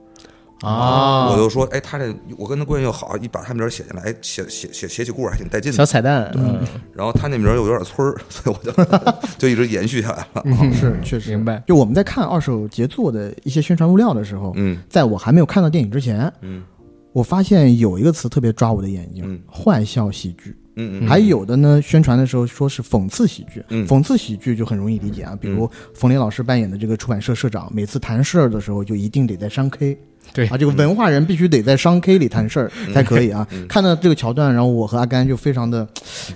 S1: 啊，
S3: 我就说，哎，他这我跟他关系又好，一把他名儿写进来，哎，写写写写起故事还挺带劲的
S1: 小。彩蛋，嗯，
S3: 然后他那名儿又有点村儿，所以我就就一直延续下来了。
S2: 是确实
S1: 明白
S2: 就我们在看二手杰作的一些宣传物料的时候，
S3: 嗯
S2: 在我还没有看到电影之前，
S3: 嗯
S2: 我发现有一个词特别抓我的眼睛，
S3: 嗯
S2: 坏笑喜剧。
S3: 嗯嗯
S2: 还有的呢，宣传的时候说是讽刺喜剧，
S3: 嗯
S2: 讽刺喜剧就很容易理解
S1: 嗯
S2: 啊。比如冯林老师扮演的这个出版社社长，每次谈事儿的时候就一定得在商 K，
S1: 对
S2: 啊，这个文化人必须得在商 K 里谈事儿
S1: 嗯
S2: 才可以啊。看到这个桥段，然后我和阿甘就非常的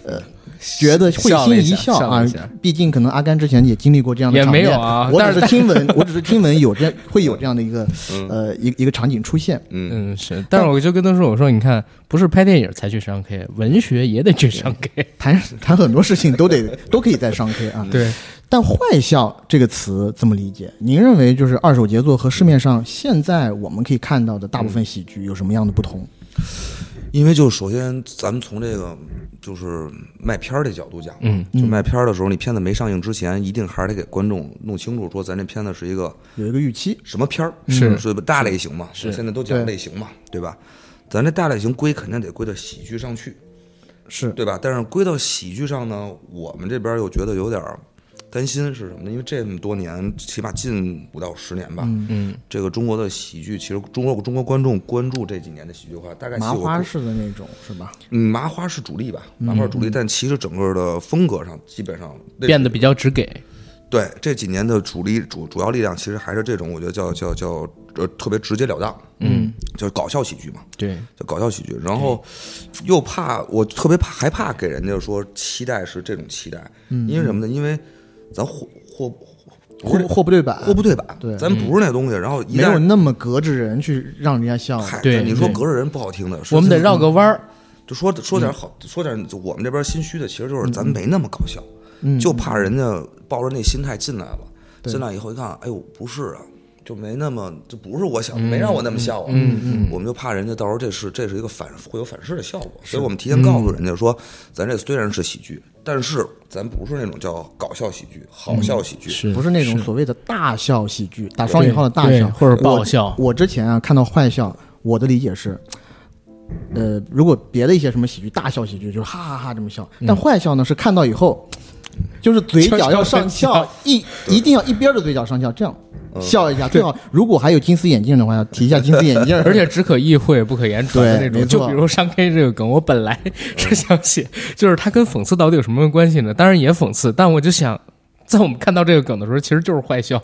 S2: 呃觉得会
S1: 笑了
S2: 心
S1: 一
S2: 一
S1: 下
S2: 笑
S1: 笑了
S2: 啊
S1: 一下。
S2: 毕竟可能阿甘之前也经历过这样的
S1: 也
S2: 场
S1: 没
S2: 面，
S1: 有啊
S2: 我
S1: 但
S2: 只是听 闻，我只是听闻有这会有这样的一个呃一一个场景出现。
S3: 嗯
S1: 嗯是，但是我就跟他说，我说你看，不是拍电影才去上 K，文学也得去上 K，
S2: 谈谈很多事情都得都可以在商 K 啊。
S1: 对，
S2: 但“坏笑”这个词怎么理解？您认为就是二手杰作和市面上现在我们可以看到的大
S3: 嗯
S2: 部分喜剧有什么样的不同？
S3: 因为就首先咱们从这个就是卖片儿的角度讲，嗯，就卖片儿的时候，你片子没上映之前，一定还是得给观众弄清楚，说咱这片子是一个
S2: 有一个预期，
S3: 什么片儿，
S1: 是
S3: 是不大类型嘛，是现在都讲
S2: 对
S3: 类型嘛，对吧？咱这大类型归肯定得归到喜剧上去，
S2: 是
S3: 对吧？但是归到喜剧上呢，我们这边又觉得有点儿担心是什么呢？因为这么多年，起码近五到十年吧，嗯，这个中国的喜剧，其实中国中国观众关注这几年的喜剧化，大概
S2: 麻
S3: 是有
S2: 花
S3: 个
S2: 式的那种，是吧？
S3: 嗯，麻花是主力吧，麻花是主力，但其实整个的风格上基本上那
S1: 变得比较直给，
S3: 对这几年的主力主主要力量，其实还是这种，我觉得叫叫叫呃特别直截了当，嗯，叫搞笑喜剧嘛，
S1: 对，
S3: 叫搞笑喜剧。然后又怕我特别怕害怕给人家说期待是这种期待，因为什么呢？因为咱货货
S2: 货货不对版，
S3: 货不对版，
S2: 对
S3: 咱不是那东西。然后一
S2: 没有
S3: 旦
S2: 那么隔着人去让人家笑。
S3: 嗨，
S1: 对
S3: 你说
S1: 对
S3: 隔着人不好听的，是
S1: 我们得绕个弯儿，
S3: 就说说点好，说点我们这边心虚的，其实就是咱没那么搞笑，就怕人家抱着那心态进来了，进来以后一看，哎呦，不是啊。就没那么，就不是我想，没让我那么笑啊。嗯嗯，我们就怕人家到时候这是这是一个反会有反噬的效果，所以我们提前告诉人家说，咱这虽然是喜剧，但是咱不是那种叫搞笑喜剧、好笑喜剧。
S1: 嗯是
S2: 不是那种所谓的大笑喜剧，打双引号的大
S1: 对
S2: 笑
S1: 或者爆笑
S2: 我。我之前啊看到坏笑，我的理解是，呃，如果别的一些什么喜剧，大笑喜剧就是哈哈哈这么笑，但坏笑呢是看到以后，就是嘴角要上
S1: 嗯就是
S2: 翘
S1: 要，
S2: 一一定要一边的嘴角上翘，这样
S1: 嗯
S2: 笑一下。最好如果还有金丝眼镜的话，要提一下金丝眼镜。
S1: 而且只可意会不可言传的那
S2: 对
S1: 种。
S2: 没
S1: 就
S2: 错
S1: 比如上 K 这个梗，我本来是想写，就是它跟讽刺到底有什么关系呢？当然也讽刺，但我就想，在我们看到这个梗的时候，其实就是坏笑。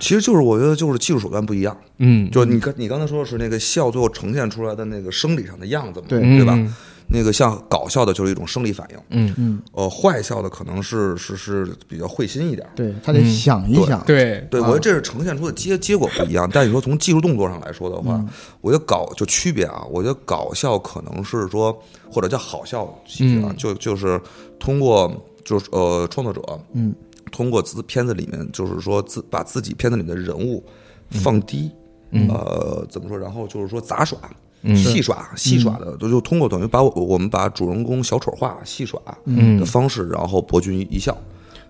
S3: 其实就是我觉得就是技术手段不一样，
S1: 嗯，
S3: 就你刚你刚才说的是那个笑最后呈现出来的那个生理上的样子嘛，
S2: 对
S3: 对吧
S1: 嗯？
S3: 那个像搞笑的就是一种生理反应，
S1: 嗯
S3: 嗯，呃，坏笑的可能是是是比较会心一点儿，
S2: 对他得想一想，
S1: 嗯对，
S3: 对，我觉得这是呈现出的结结果不一样。但你说从技术动作上来说的话，我觉得搞就区别啊，我觉得搞笑可能是说或者叫好笑喜剧啊，就就是通过就是呃创作者嗯，通过自片子里面就是说自把嗯自己片子里面的人物放低，呃怎么说，然后就是说杂耍。嗯戏耍戏耍的，就就通过等于把我我们把主人公小丑化戏耍的方式，然后博君一笑，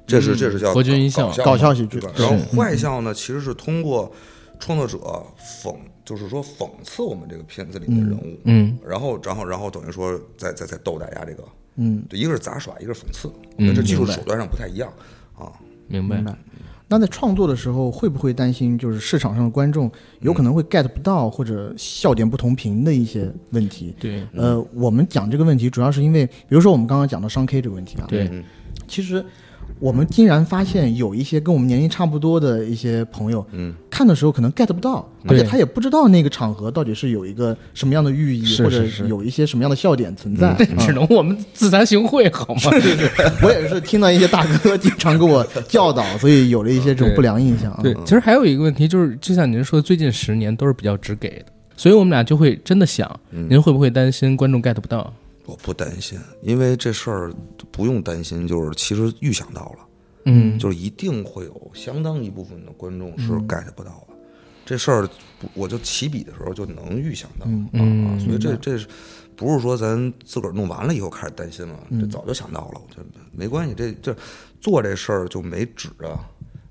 S3: 这是这是叫
S1: 博君一笑
S3: 搞
S2: 搞笑
S3: 笑
S2: 喜剧
S3: 对吧然后坏笑呢，其实是通过创作者讽，就是说讽刺我们这个片子里面的人物，
S1: 嗯，
S3: 然后然后然后等于说再再再逗大家这个，嗯，一个是杂耍，一个是讽刺，我觉得这技术手段上不太一样啊。
S1: 明白
S2: 明白。那在创作的时候，会不会担心就是市场上的观
S1: 嗯
S2: 众有可能会 get 不到或者笑点不同频的一些问题？
S1: 嗯对，
S2: 呃，我们讲这个问题主要是因为，比如说我们刚刚讲到商 K 这个问题啊，
S1: 对，
S2: 其实我们竟然发现有一些跟我们年龄差不多的一些朋友，嗯，看的时候可能 get 不到，而
S1: 对
S2: 且他也不知道那个场合到底是有一个什么样的寓意，
S1: 是
S2: 或
S1: 是
S2: 者
S1: 是嗯
S2: 有一些什么样的笑点存 在。
S1: 只能我们自惭形秽好吗？
S2: 我也是听到一些大哥经常给我教导，所以有了一些这种不良印象啊。
S1: 对，嗯其实还有一个问题就是，就像您说，最近十年都是比较直给的，所以我们俩就会真的想，您会不会担心观众 get 不到？
S3: 我不担心，因为这事儿不用担心，就是其实预想到了，
S1: 嗯，
S3: 就是一定会有相当一部分的观众是 get 不到的。这事儿不我就起笔的时候就能预想到，
S1: 嗯
S3: 啊，所以这这是不是说咱自个儿弄完了以后开始担心了？
S1: 嗯
S3: 这早就想到了，这没关系，这这做这事儿就没指着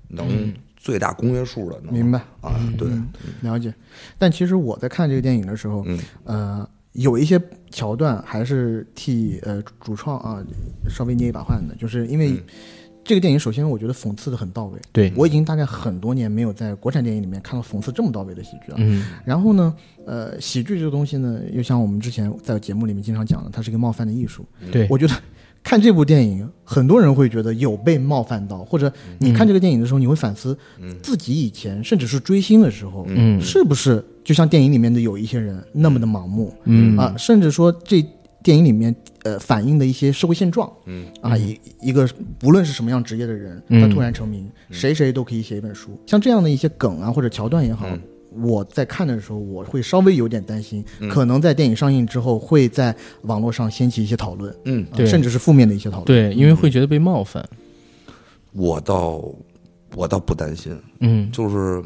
S1: 嗯
S3: 能最大公约数的能
S2: 明白
S3: 啊，对，
S2: 嗯了解，但其实我在看这个电影的时候，
S1: 嗯
S2: 呃，有一些桥段还是替呃主创啊稍微捏一把汗的，就是因为这个电影，首先我觉得讽刺的很到位。
S1: 嗯对
S2: 我已经大概很多年没有在国产电影里面看到讽刺这么到位的喜剧了。
S1: 嗯，
S2: 然后呢，呃，喜剧这个东西呢，又像我们之前在节目里面经常讲的，它是一个冒犯的艺术。
S1: 对，
S2: 我觉得看这部电影，很多人会觉得有被冒犯到，或者
S1: 嗯
S2: 你看这个电影的时候，你会反思自己以前甚至是追星的时候，
S1: 嗯
S2: 是不是就像电影里面的有一些人那么的盲目，
S1: 嗯
S2: 啊，甚至说这电影里面呃反映的一些社会现状，
S3: 嗯
S2: 啊，一一个不论是什么样职业的人，他
S1: 嗯
S2: 突然成名，谁谁都可以写一本书，像这样的一些梗啊或者桥段也
S1: 嗯
S2: 好。我在看的时候，我会稍微有点担心，
S1: 嗯
S2: 可能在电影上映之后，会在网络上掀起一些讨论，
S3: 嗯，
S2: 啊
S1: 对
S2: 甚至是负面的一些讨论。
S1: 对，因为会觉得被冒犯。
S3: 我倒我倒不担心，
S1: 嗯
S3: 就是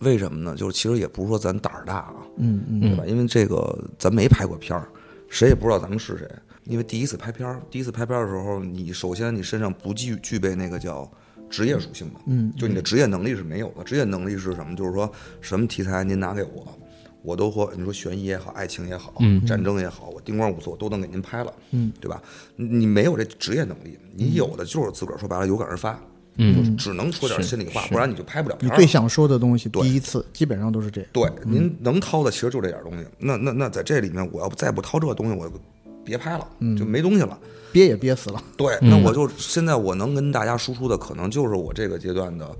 S3: 为什么呢？就是其实也不是说咱胆儿大啊，
S2: 嗯嗯，
S3: 对吧？因为这个咱没拍过片儿，谁也不知道咱们是谁。因为第一次拍片儿，第一次拍片儿的时候，你首先你身上不具具备那个叫职业属性嘛，嗯，就你的职业能力是没有的。职业能力是什么？就是说什么题材您拿给我，我都会你说悬疑也好，爱情也好，战争也好，我叮咣五四我都能给您拍了，嗯，对吧？你你没有这职业能力，你有的就是自个儿说白了有感而发，嗯，就是只能说点心里话，不然你就拍不了
S2: 你
S3: 片儿了。
S2: 最想说的东西，第一次基本上都是这样。
S3: 对，
S1: 嗯
S3: 您能掏的其实就这点东西。那那那在这里面，我要再不掏这东西，我就别拍了，
S1: 嗯
S3: 就没东西了。
S2: 憋也憋死了。
S3: 对，那我就现在我能跟大家输出的，可能就是我这个阶段的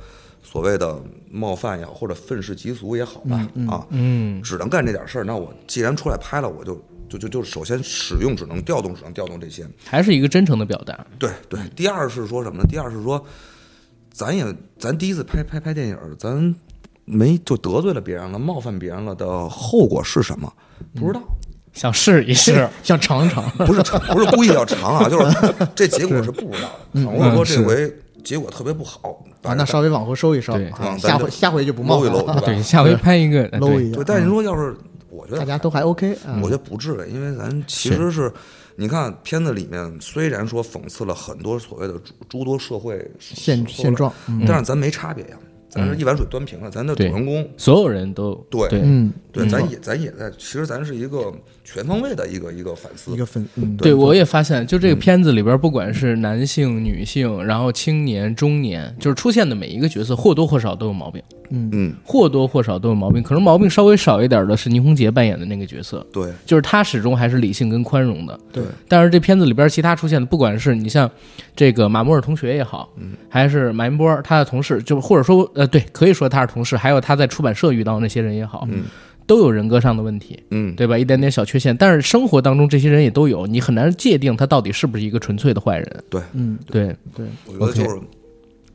S3: 所谓的冒犯也好，或者愤世嫉俗也好吧，啊，
S1: 嗯，
S3: 只能干这点事儿。那我既然出来拍了，我就就就就首先使用只能调动，只能调动这些。
S1: 还是一个真诚的表达。
S3: 对对，第二是说什么呢？第二是说，咱也咱第一次拍拍拍电影儿，咱没就得罪了别人了，冒犯别人了的后果是什么？不知道，
S1: 想试一 试，
S2: 想尝尝。
S3: 不是不是故意要长 啊，就是这结果是不知道的。倘若说这回结果特别不好，
S2: 嗯啊，那稍微往后收一收
S1: 对，
S2: 啊，
S3: 往
S2: 下
S3: 咱
S2: 回
S3: 就
S2: 下回就不冒
S3: 搂一
S2: 犯
S3: 搂，
S2: 了，
S3: 对
S1: 对，
S3: 吧？
S1: 下回拍一个，
S2: 搂一
S1: 下，
S2: 下，
S3: 对，但是你说要是我觉得
S2: 嗯大家都还 OK 啊
S3: 我。觉得不至于，因为咱其实是，你看片子里面虽然说讽刺了很多所谓的诸诸多社会
S2: 现
S3: 所
S2: 现状，
S3: 但是咱没差别呀，咱是一碗水端平的，咱的主
S1: 对
S3: 人公，
S1: 所有人都
S3: 对
S1: 对，
S2: 嗯，
S3: 对，咱也咱也在，其实咱是一个全方位的一个一个反思
S2: 一，个粉，嗯，
S1: 对，我也发现，就这个片子里边，不管是男性、女性，然后青年、中年，就是出现的每一个角色，或多或少都有毛病，
S3: 嗯，
S1: 或多或少都有毛病。可能毛病稍微少一点的是倪虹洁扮演的那个角色，
S3: 对，
S1: 就是她始终还是理性跟宽容的。
S2: 对，
S1: 但是这片子里边其他出现的，不管是你像这个马莫尔同学也好，还是马云波他的同事，就或者说呃，对，可以说他是同事，还有他在出版社遇到的那些人也好，都有人格上的问题。
S3: 嗯，
S1: 对吧？一点点小缺陷，但是生活当中这些人也都有，你很难界定他到底是不是一个纯粹的坏人。
S3: 对，
S2: 嗯，
S1: 对，
S2: 对，
S3: 我觉得就是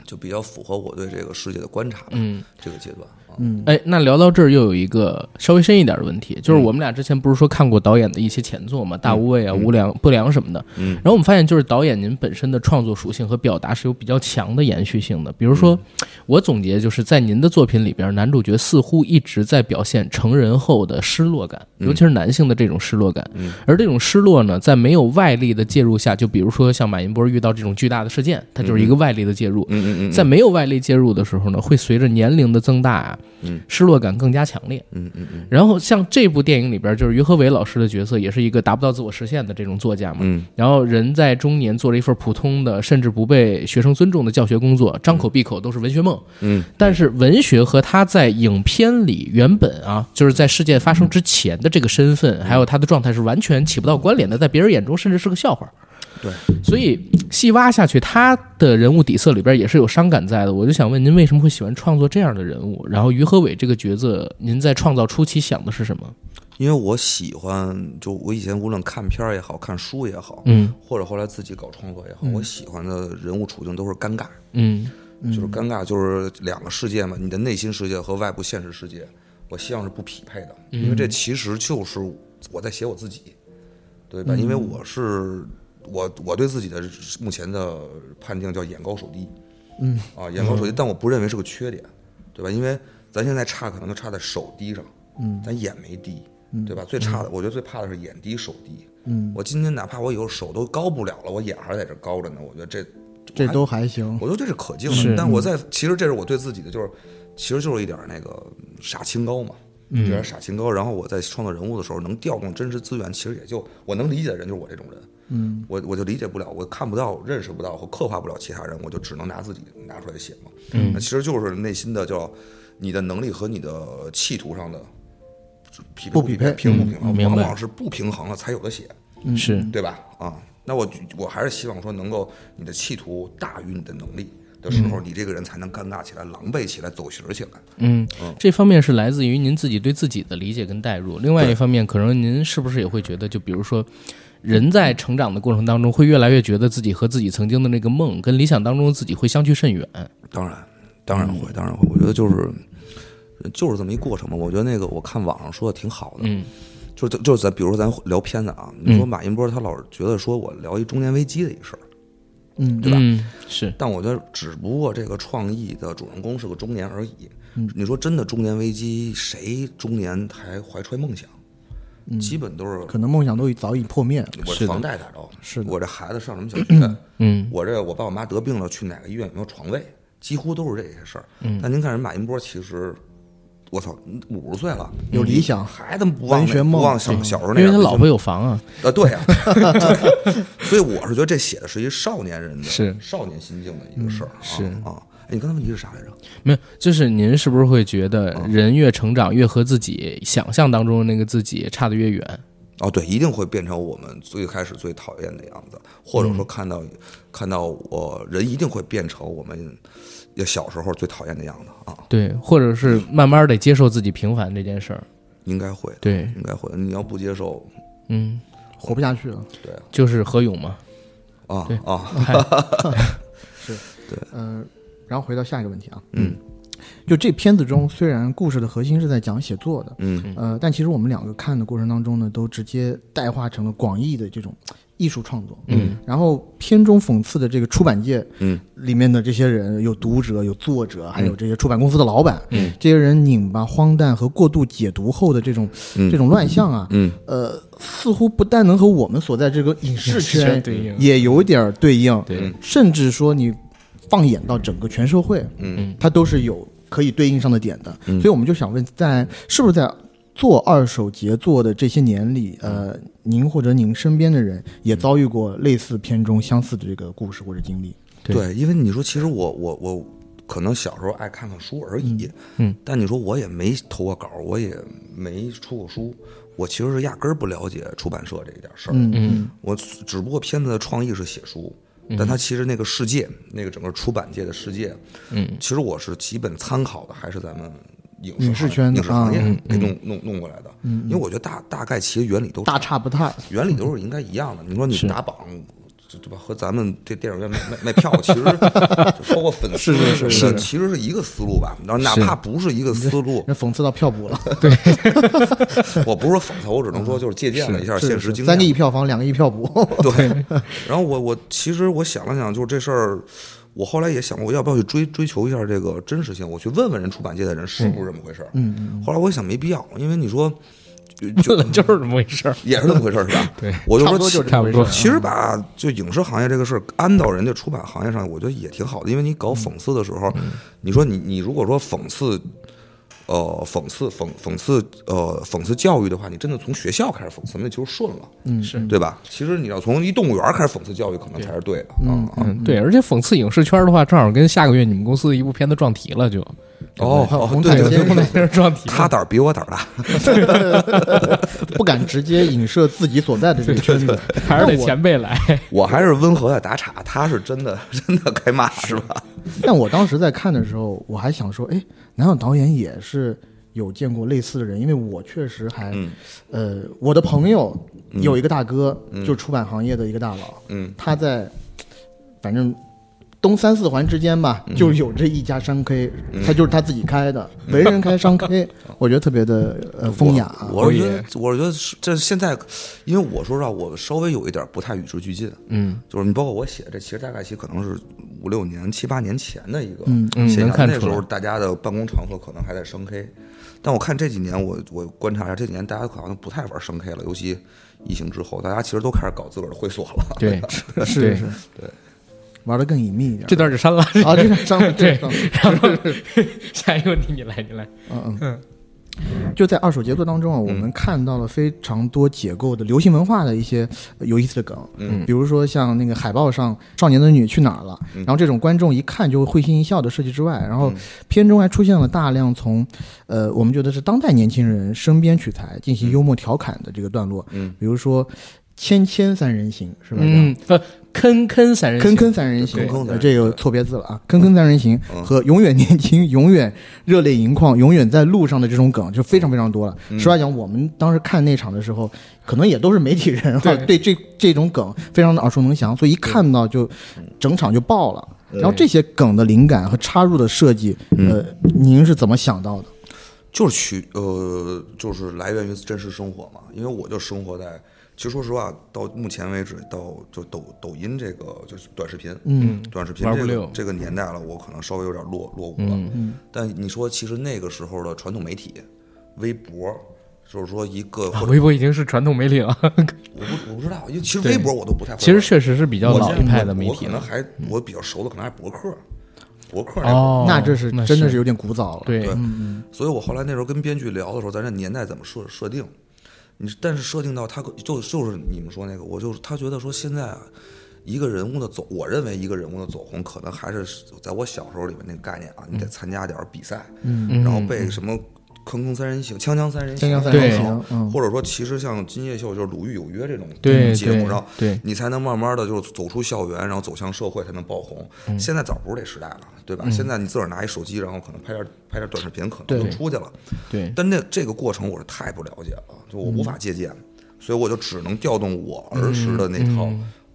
S3: 就比较符合我对这个世界的观察吧。
S1: 嗯，
S3: 这个阶段啊，
S2: 嗯
S1: 哎，那聊到这儿又有一个稍微深一点的问题，就是我们俩之前不是说看过导演的一些前作嘛，《大无畏》啊，无良不良》什么的。
S3: 嗯
S1: 然后我们发现，就是导演您本身的创作属性和表达是有比较强的延续性的。比如说，我总结就是在您的作品里边，男主角似乎一直在表现成人后的失落感，尤其是男性的这种失落感。
S3: 嗯
S1: 而这种失落呢，在没有外力的介入下，就比如说像马云波遇到这种巨大的事件，它就是一个外力的介入。
S3: 嗯嗯嗯，
S1: 在没有外力介入的时候呢，会随着年龄的增大啊，
S3: 嗯
S1: 失落感更加强烈。
S3: 嗯嗯嗯
S1: 然后像这部电影里边，就是于和伟老师的角色也是一个达不到自我实现的这种作家嘛。
S3: 嗯
S1: 然后人在中年做了一份普通的，甚至不被学生尊重的教学工作，张口闭口都是文学梦。
S3: 嗯
S1: 但是文学和他在影片里原本啊，就是在事件发生之前的这个身份，还有他的状态是完全起不到关联的，在别人眼中甚至是个笑话。
S3: 对，
S1: 所以细挖下去，他的人物底色里边也是有伤感在的。我就想问您，为什么会喜欢创作这样的人物？然后于和伟这个角色，您在创造初期想的是什么？
S3: 因为我喜欢，就我以前无论看片儿也好看书也好，
S1: 嗯
S3: 或者后来自己搞创作也好，我喜欢的人物处境都是尴尬，
S1: 嗯
S3: 就是尴尬，就是两个世界嘛，你的内心世界和外部现实世界，我希望是不匹配的，因为这其实就是我在写我自己，对吧？因为我是我我对自己的目前的判定叫眼高手低，嗯啊，眼高手低，但我不认为是个缺点，对吧？因为咱现在差可能就差在手低上，嗯，咱眼没低，对吧？最差的，我觉得最怕的是眼低手低。嗯，我今天哪怕我以后手都高不了了，我眼还在这高着呢，我觉得这
S2: 这都还行。
S3: 我觉得这是可敬的
S1: 是。
S3: 但我在其实这是我对自己的，就是其实就是一点儿那个傻清高嘛，有点儿傻清高。然后我在创作人物的时候，能调动真实资源，其实也就我能理解的人就是我这种人。嗯，我我就理解不了，我看不到、认识不到和刻画不了其他人，我就只能拿自己拿出来写嘛。嗯，那其实就是内心的叫你的能力和你的企图上的匹配
S2: 不
S3: 匹
S2: 匹配
S3: 平不平
S1: 嗯
S3: 衡，
S1: 明白
S3: 往往是不平衡了才有的写。
S1: 是
S3: 对吧？啊，那我我还是希望说，能够你的企图大于你的能力的时候，你这个人才能尴尬起来、狼狈起来、走形儿起来。
S1: 嗯，这方面是来自于您自己对自己的理解跟代入。另外一方面，可能您是不是也会觉得，就比如说，人在成长的过程当中，会越来越觉得自己和自己曾经的那个梦跟理想当中的自己会相去甚远。
S3: 当然，当然会，当然会。我觉得就是就是这么一过程嘛。我觉得那个我看网上说的挺好的，
S1: 嗯，
S3: 就就就是咱比如说咱聊片子啊，你说马云波他老是觉得说我聊一中年危机的一事儿，
S2: 嗯，
S3: 对吧
S1: 嗯，是，
S3: 但我觉得只不过这个创意的主人公是个中年而已。你说真的中年危机，谁中年还怀揣梦想？基本都是
S2: 可能梦想都已早已破灭了。
S3: 我
S1: 是的
S3: 房贷打着，
S2: 是的
S3: 我这孩子上什么小学？
S1: 嗯，
S3: 我这我爸我妈得病了，去哪个医院有没有床位？几乎都是这些事儿。
S1: 嗯
S3: 但您看人马云波，其实我操，五十岁了，
S1: 嗯
S2: 有理想
S3: 还他妈不忘
S2: 文
S3: 那
S2: 学梦
S3: 不忘小小时候
S1: 因
S3: 那
S1: 为
S3: 样
S1: 他
S3: 的
S1: 老婆有房啊。
S3: 啊，对啊，所以我是觉得这写的是一少年人的
S1: 是
S3: 少年心境的一个事儿啊。
S1: 是
S3: 啊，哎你刚才问题是啥来着？
S1: 没有，就是您是不是会觉得
S2: 啊
S1: 人越成长，越和自己想象当中的那个自己差得越远？
S3: 哦，对，一定会变成我们最开始最讨厌的样子，或者说看到、看到我人一定会变成我们也小时候最讨厌的样子啊，
S1: 对，或者是慢慢得接受自己平凡这件事儿。
S3: 应该会，
S1: 对，
S3: 应该会。你要不接受，
S1: 嗯，
S2: 活不下去了。
S3: 对啊
S1: 就是何勇嘛。
S3: 啊
S1: 对
S3: 啊，
S2: 嗯、然后回到下一个问题啊，
S3: 嗯
S2: 就这片子中，虽然故事的核心是在讲写作的，
S3: 嗯
S2: 呃，但其实我们两个看的过程当中呢，都直接代化成了广义的这种艺术创作。
S1: 嗯，
S2: 然后片中讽刺的这个出版界
S3: 嗯
S2: 里面的这些人，有读者，有作者，还有这些出版公司的老板，
S3: 嗯，
S2: 这些人拧巴、荒诞和过度解读后的这种、
S3: 嗯
S2: 这种乱象啊，
S3: 嗯，
S2: 呃，似乎不但能和我们所在这个影视
S1: 影视
S2: 圈
S1: 圈对应
S2: 也有点儿对应，
S1: 对，
S2: 甚至说你放眼到整个全社会，
S3: 嗯，
S2: 它都是有可以对应上的点的。所以我们就想问，在是不是在做二手杰作的这些年里，
S3: 嗯
S2: 呃，您或者您身边的人也遭遇过类似片中相似的这个故事或者经历？
S1: 对
S3: 对，因为你说，其实我我我可能小时候爱看看书而已，
S1: 嗯嗯
S3: 但你说我也没投过稿，我也没出过书，我其实是压根儿不了解出版社这一点事儿，
S2: 嗯嗯
S1: 嗯
S3: 我只不过片子的创意是写书，但它其实那个世界，那个整个出版界的世界，
S1: 嗯，
S3: 其实我是基本参考的还是咱们影视
S2: 影视圈的
S3: 影视行业
S2: 啊嗯
S3: 给弄弄弄过来的，因为我觉得大大概其实原理都
S2: 大差不差。
S3: 原理都是应该一样的。你说你打榜这这吧和咱们这电影院卖卖卖票， 其实就包括粉丝
S2: 是是是
S3: 什么的
S2: 是
S3: 其实是一个思路吧。然后哪
S1: 是
S3: 怕不是一个 思路，
S2: 那讽刺到票补了，
S3: 我不是说讽刺，我只能说就是借鉴了一下
S2: 是
S3: 现
S2: 是
S3: 实经验。
S2: 三个一票房，两个一票补，
S3: 对， 然后我我其实我想了想，就是这事儿，我后来也想过要不要去追追求一下这个真实性，我去问问人出版界的人是不是这么回事儿。嗯，后来我一想没必要，因为你说就
S1: 问了
S3: 就
S1: 就是这么回事儿。
S3: 也是这么回事儿是吧？
S1: 对，
S3: 我就
S2: 差不
S3: 说
S2: 多
S3: 其
S2: 就是这么回事
S1: 差不多
S2: 儿。
S3: 其实吧，就影视行业这个事儿安到人家出版行业上，我觉得也挺好的，因为你搞讽刺的时候，你说你你如果说讽刺。呃，讽刺讽讽刺呃讽刺教育的话，你真的从学校开始讽刺，那就是顺了。
S2: 嗯，
S1: 是
S3: 对吧？其实你要从一动物园儿开始讽刺教育，可能才是对的啊。啊
S1: 嗯，对，而且讽刺影视圈的话，正好跟下个月你们公司的一部片子撞题了， 就
S3: 哦
S2: 还有
S3: 哦，
S2: 红
S3: 对
S2: 毯
S3: 对
S2: 先
S3: 对，
S2: 生
S1: 那是撞题
S3: 他
S1: 了。
S3: 胆儿比我胆儿大，
S2: 不敢直接影射自己所在的这个圈 子，
S1: 还是得
S2: 那我
S1: 前辈 来，
S3: 我还是温和的打岔，他是真的真的该骂是吧？
S2: 但我当时在看的时候，我还想说，哎，南有导演也是有见过类似的人，因为我确实还，
S3: 嗯
S2: 呃，我的朋友有一个大哥，就出版行业的一个大佬，
S3: 嗯，
S2: 他在反正东三四环之间吧，就有这一家商 K，、他就是他自己开的，没人开商 K，我觉得特别的呃风雅。
S3: 我是
S1: 我
S3: 觉
S1: 也
S3: 得，我是觉得是这现在，因为我说实话，我稍微有一点儿不太与时俱进。
S1: 嗯
S3: 就是你包括我写这，其实大概其实可能是五六年、七八年前的一个
S2: 嗯
S1: 嗯
S3: 现
S1: 能
S3: 象。
S1: 看
S3: 那
S1: 出
S3: 时
S1: 来
S3: 候大家的办公场所可能还在升 K，但我看这几年，我我观察一下，这几年大家好像不太玩升 K 了，尤其疫情之后，大家其实都开始搞自个儿的会所了。
S1: 对，
S2: 是
S1: 对
S2: 是，玩的更隐秘一点
S1: 这。段就 删了。
S2: 啊，这个商这个商
S1: 然后 下一个问题你来，你来。
S2: 嗯嗯，就在二手杰作当中啊，我
S3: 嗯
S2: 们看到了非常多解构的流行文化的一些呃有意思的梗，
S3: 嗯，
S2: 比如说像那个海报上“少年的女去哪儿了”，然后这种观众一看就会会心一笑的设计之外，然后
S3: 嗯
S2: 片中还出现了大量从呃我们觉得是当代年轻人身边取材进行幽默调侃的这个段落，
S3: 嗯，
S2: 比如说“谦谦三人行”是吧？
S1: 嗯，呃，坑坑三人行，
S2: 坑坑三人行，
S3: 坑坑三人行
S2: 呃这个错别字了啊！坑坑三人行
S3: 嗯
S2: 和永远年轻、永远热泪盈眶、永远在路上的这种梗就非常非常多了。
S3: 嗯
S2: 实话讲，我们当时看那场的时候，可能也都是媒体人啊，
S1: 对
S2: 对这这种梗非常的耳熟能详，所以一看到就整场就爆了。然后这些梗的灵感和插入的设计，
S3: 嗯
S2: 呃，您是怎么想到的？
S3: 就是取呃，就是来源于真实生活嘛。因为我就生活在，其实说实话，到目前为止，到就抖抖音这个就是短视频，嗯，短视频
S1: 玩不嗯
S3: 这个
S1: 溜
S3: 这个年代了，我可能稍微有点落落伍了。但你说，其实那个时候的传统媒体，微博，就是说一个
S1: 啊
S3: 或者
S1: 微博已经是传统媒体了，
S3: 我不我不知道，因为其实
S1: 对
S3: 微博我都不太会玩。
S1: 其实确实是比较
S3: 啊我
S1: 老一
S3: 见
S1: 派
S3: 过
S1: 的媒
S3: 我
S1: 体
S3: 可能
S1: 了。
S3: 还我比较熟的可能还博客，博客那会儿
S1: 哦，
S2: 那这是真的是有点古早了。，
S1: 对嗯
S3: 对，所以我后来那时候跟编剧聊的时候，咱这年代怎么设设定？你但是设定到他就就是你们说那个，我就是他觉得说现在啊，一个人物的走，我认为一个人物的走红，可能还是在我小时候里面那个概念啊，你得参加点儿比赛，
S1: 嗯
S3: 然后被什么。坑坑三人行、锵锵三人行、
S2: 锵锵三人
S1: 行
S3: 然后
S2: 嗯
S3: 或者说其实像《今夜秀》就是《鲁豫有约》这种
S1: 对
S3: 节
S1: 对
S3: 目，然后
S1: 对
S3: 你才能慢慢的就是走出校园，然后走向社会，才能爆红。现在早不是这时代了，对吧？现在你自个儿拿一手机，然后可能拍点拍点短视频，可能就出去了。
S1: 对，
S3: 但那这个过程我是太不了解了，就我无法借鉴，所以我就只能调动我儿时的那套，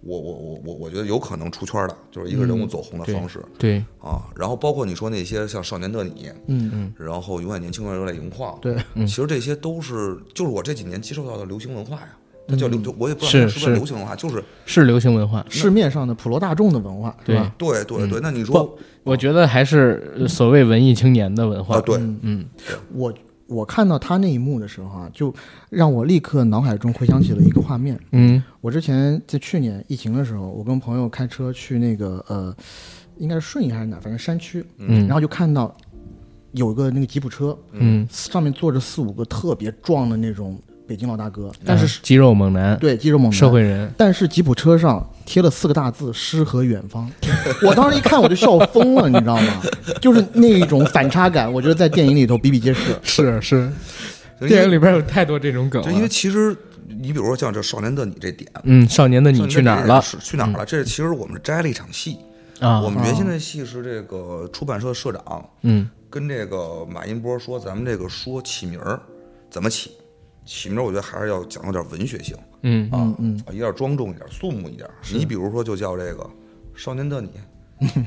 S3: 我我我我我觉得有可能出圈的，就是一个人物走红的
S1: 对
S3: 方式。
S1: 对，
S3: 啊，然后包括你说那些像《少年的你》，嗯嗯，然后《永远年轻的热泪盈眶》，
S2: 对，
S3: 其实这些都是就是我这几年接受到的流行文化呀，它叫流，就我也不知
S1: 是
S3: 嗯道它是不是
S1: 是
S3: 流行文化，就是
S1: 是流行文化。
S2: 市面上的普罗大众的文化是
S1: 对
S2: 吧？
S3: 对对
S1: 嗯
S3: 对，那你说
S1: 不，我觉得还是呃所谓文艺青年的文化
S3: 啊，。对，
S1: 嗯
S2: 我我看到他那一幕的时候啊，就让我立刻脑海中回想起了一个画面。
S1: 嗯
S2: 我之前在去年疫情的时候，我跟朋友开车去那个呃，应该是顺义还是哪，反正山区，
S1: 嗯
S2: 然后就看到有个那个吉普车，
S1: 嗯，
S2: 上面坐着四五个特别壮的那种北京老大哥，但是、
S1: 嗯肌肉猛男，
S2: 对肌肉猛男
S1: 社会人，
S2: 但是吉普车上贴了四个大字“诗和远方”，我当时一看我就笑疯了，你知道吗？就是那一种反差感，我觉得在电影里头比比皆 是。
S1: 是是，
S3: 就因为
S1: 电影里边有太多这种梗
S3: 就因为
S1: 了。
S3: 其实你比如说像这《少年的你》这点，
S1: 嗯，少年的你
S3: 少年
S1: 去
S3: 的
S1: 哪儿了嗯
S3: 是去哪儿了？这其实我们摘了一场戏，我
S1: 啊？
S3: 们原先的戏是这个出版社社长，
S1: 嗯，
S3: 跟这个马音波说，咱们这个说起名儿怎么起？起名儿，我觉得还是要讲究点文学性。
S1: 嗯
S3: 啊，嗯，一定要庄重一点，肃穆一点。你比如说，就叫这个《少年的 你》，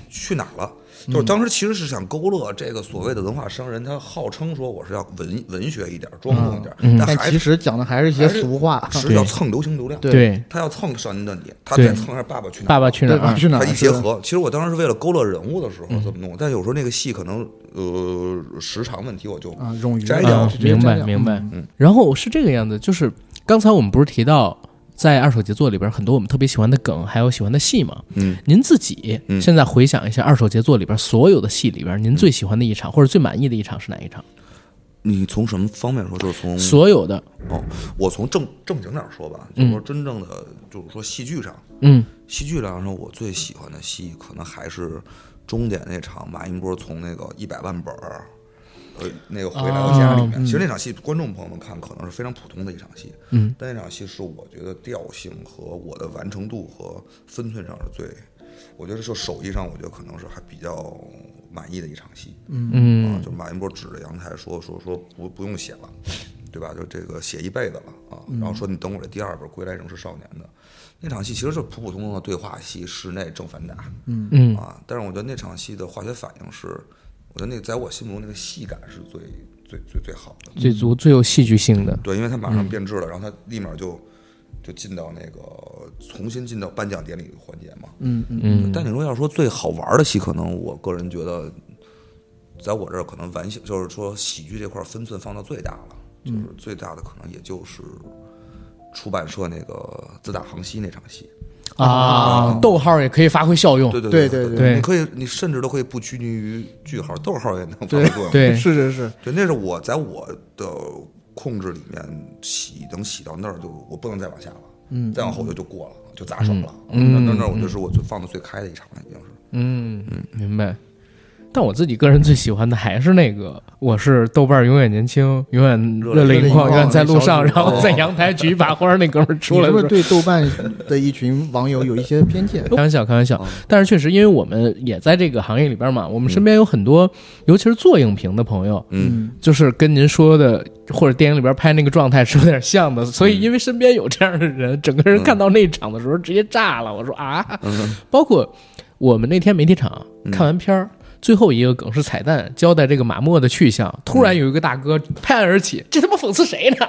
S3: 去哪了？
S1: 嗯
S3: 就是当时其实是想勾勒这个所谓的文化商人，他号称说我是要文文学一点，庄重一点，
S1: 嗯
S3: 但
S2: 但
S3: 还
S2: 其实讲的还是一些
S3: 还是
S2: 俗话。
S3: 是要蹭流行流量。
S1: 对，
S3: 他要蹭《少年的你》，他
S1: 对
S3: 再蹭一下《爸爸去哪儿》。
S1: 爸爸去哪
S2: 对
S1: 儿啊
S2: 吧？？嗯去哪儿？
S3: 它一结
S2: 是的
S3: 合，其实我当时是为了勾勒人物的时候这么弄，但有时候那个戏可能呃时长问题，我就
S2: 啊，冗余了
S3: 摘掉
S1: 啊
S2: 直接
S1: 明
S2: 摘
S1: 白
S2: 掉
S1: 明白
S2: 嗯。
S1: 然后是这个样子，就是刚才我们不是提到，在二手杰作里边很多我们特别喜欢的梗，还有喜欢的戏嘛。
S3: 嗯，
S1: 您自己
S3: 嗯
S1: 现在回想一下，二手杰作里边所有的戏里边，您最喜欢的一场或者最满意的一场是哪一场？
S3: 你从什么方面说？就是从
S1: 所有的，
S3: 哦，我从正正经点儿说吧，就是说真正的就是说戏剧上，
S1: 嗯
S3: 戏剧上说我最喜欢的戏可能还是终点那场马云波从那个一百万本儿。呃，那个回来到家里
S1: 哦
S3: 面，其实那场戏观众朋友们看可能是非常普通的一场戏，
S1: 嗯，
S3: 但那场戏是我觉得调性和我的完成度和分寸上是最，我觉得就手艺上，我觉得可能是还比较满意的一场戏，嗯
S1: 嗯
S3: 啊，就马云波指着阳台说说说不不用写了，对吧？就这个写一辈子了啊，
S1: 嗯
S3: 然后说你等我这第二本《归来仍是少年》的那场戏，其实就是普普通通的对话戏，室内正反打，嗯
S1: 嗯
S3: 啊，但是我觉得那场戏的化学反应是，我觉得那在我心目中那个戏感是最最最最好的，
S1: 最足最有戏剧性的，
S3: 对，因为他马
S1: 嗯
S3: 上变质了，然后他立马就就进到那个重新进到颁奖典礼环节嘛。嗯嗯。但你说要说最好玩的戏，可能我个人觉得，在我这儿可能玩笑就是说喜剧这块分寸放到最大了，就是最大的可能也就是出版社那个自打航西那场戏。
S1: 啊，逗号也可以发挥效用。
S3: 对对
S2: 对
S3: 对
S2: 对
S1: 对
S3: 你可以，你甚至都可以不拘泥于句号、逗号也能发挥作用。
S1: 对
S2: 是是是，
S3: 对，那是我在我的控制里面洗，能洗到那儿就我不能再往下了，嗯，再往后头就过了，就砸手了，嗯，那那那我就是我最放的最开的一场了，已经是，
S1: 嗯，明白。但我自己个人最喜欢的还是那个，我是豆瓣儿永远年轻，永远热泪盈眶，
S2: 热泪盈眶
S1: 永远在路上，
S2: 那
S1: 然
S2: 小组
S1: 后在阳台举一把花儿，那哥们儿出来的时
S2: 你是不
S1: 候
S2: 是对豆瓣的一群网友有一些偏见？
S1: 开玩笑，开玩笑。但是确实，因为我们也在这个行业里边嘛，我们身边有很多，尤其是做影评的朋友，
S3: 嗯，
S1: 就是跟您说的或者电影里边拍那个状态是有点像的。所以，因为身边有这样的人，整个人看到那一场的时候直接炸了。我说啊， 包括我们那天媒体场看完片儿。最后一个梗是彩蛋，交代这个马莫的去向。突然有一个大哥拍案而起，这他妈讽刺谁呢？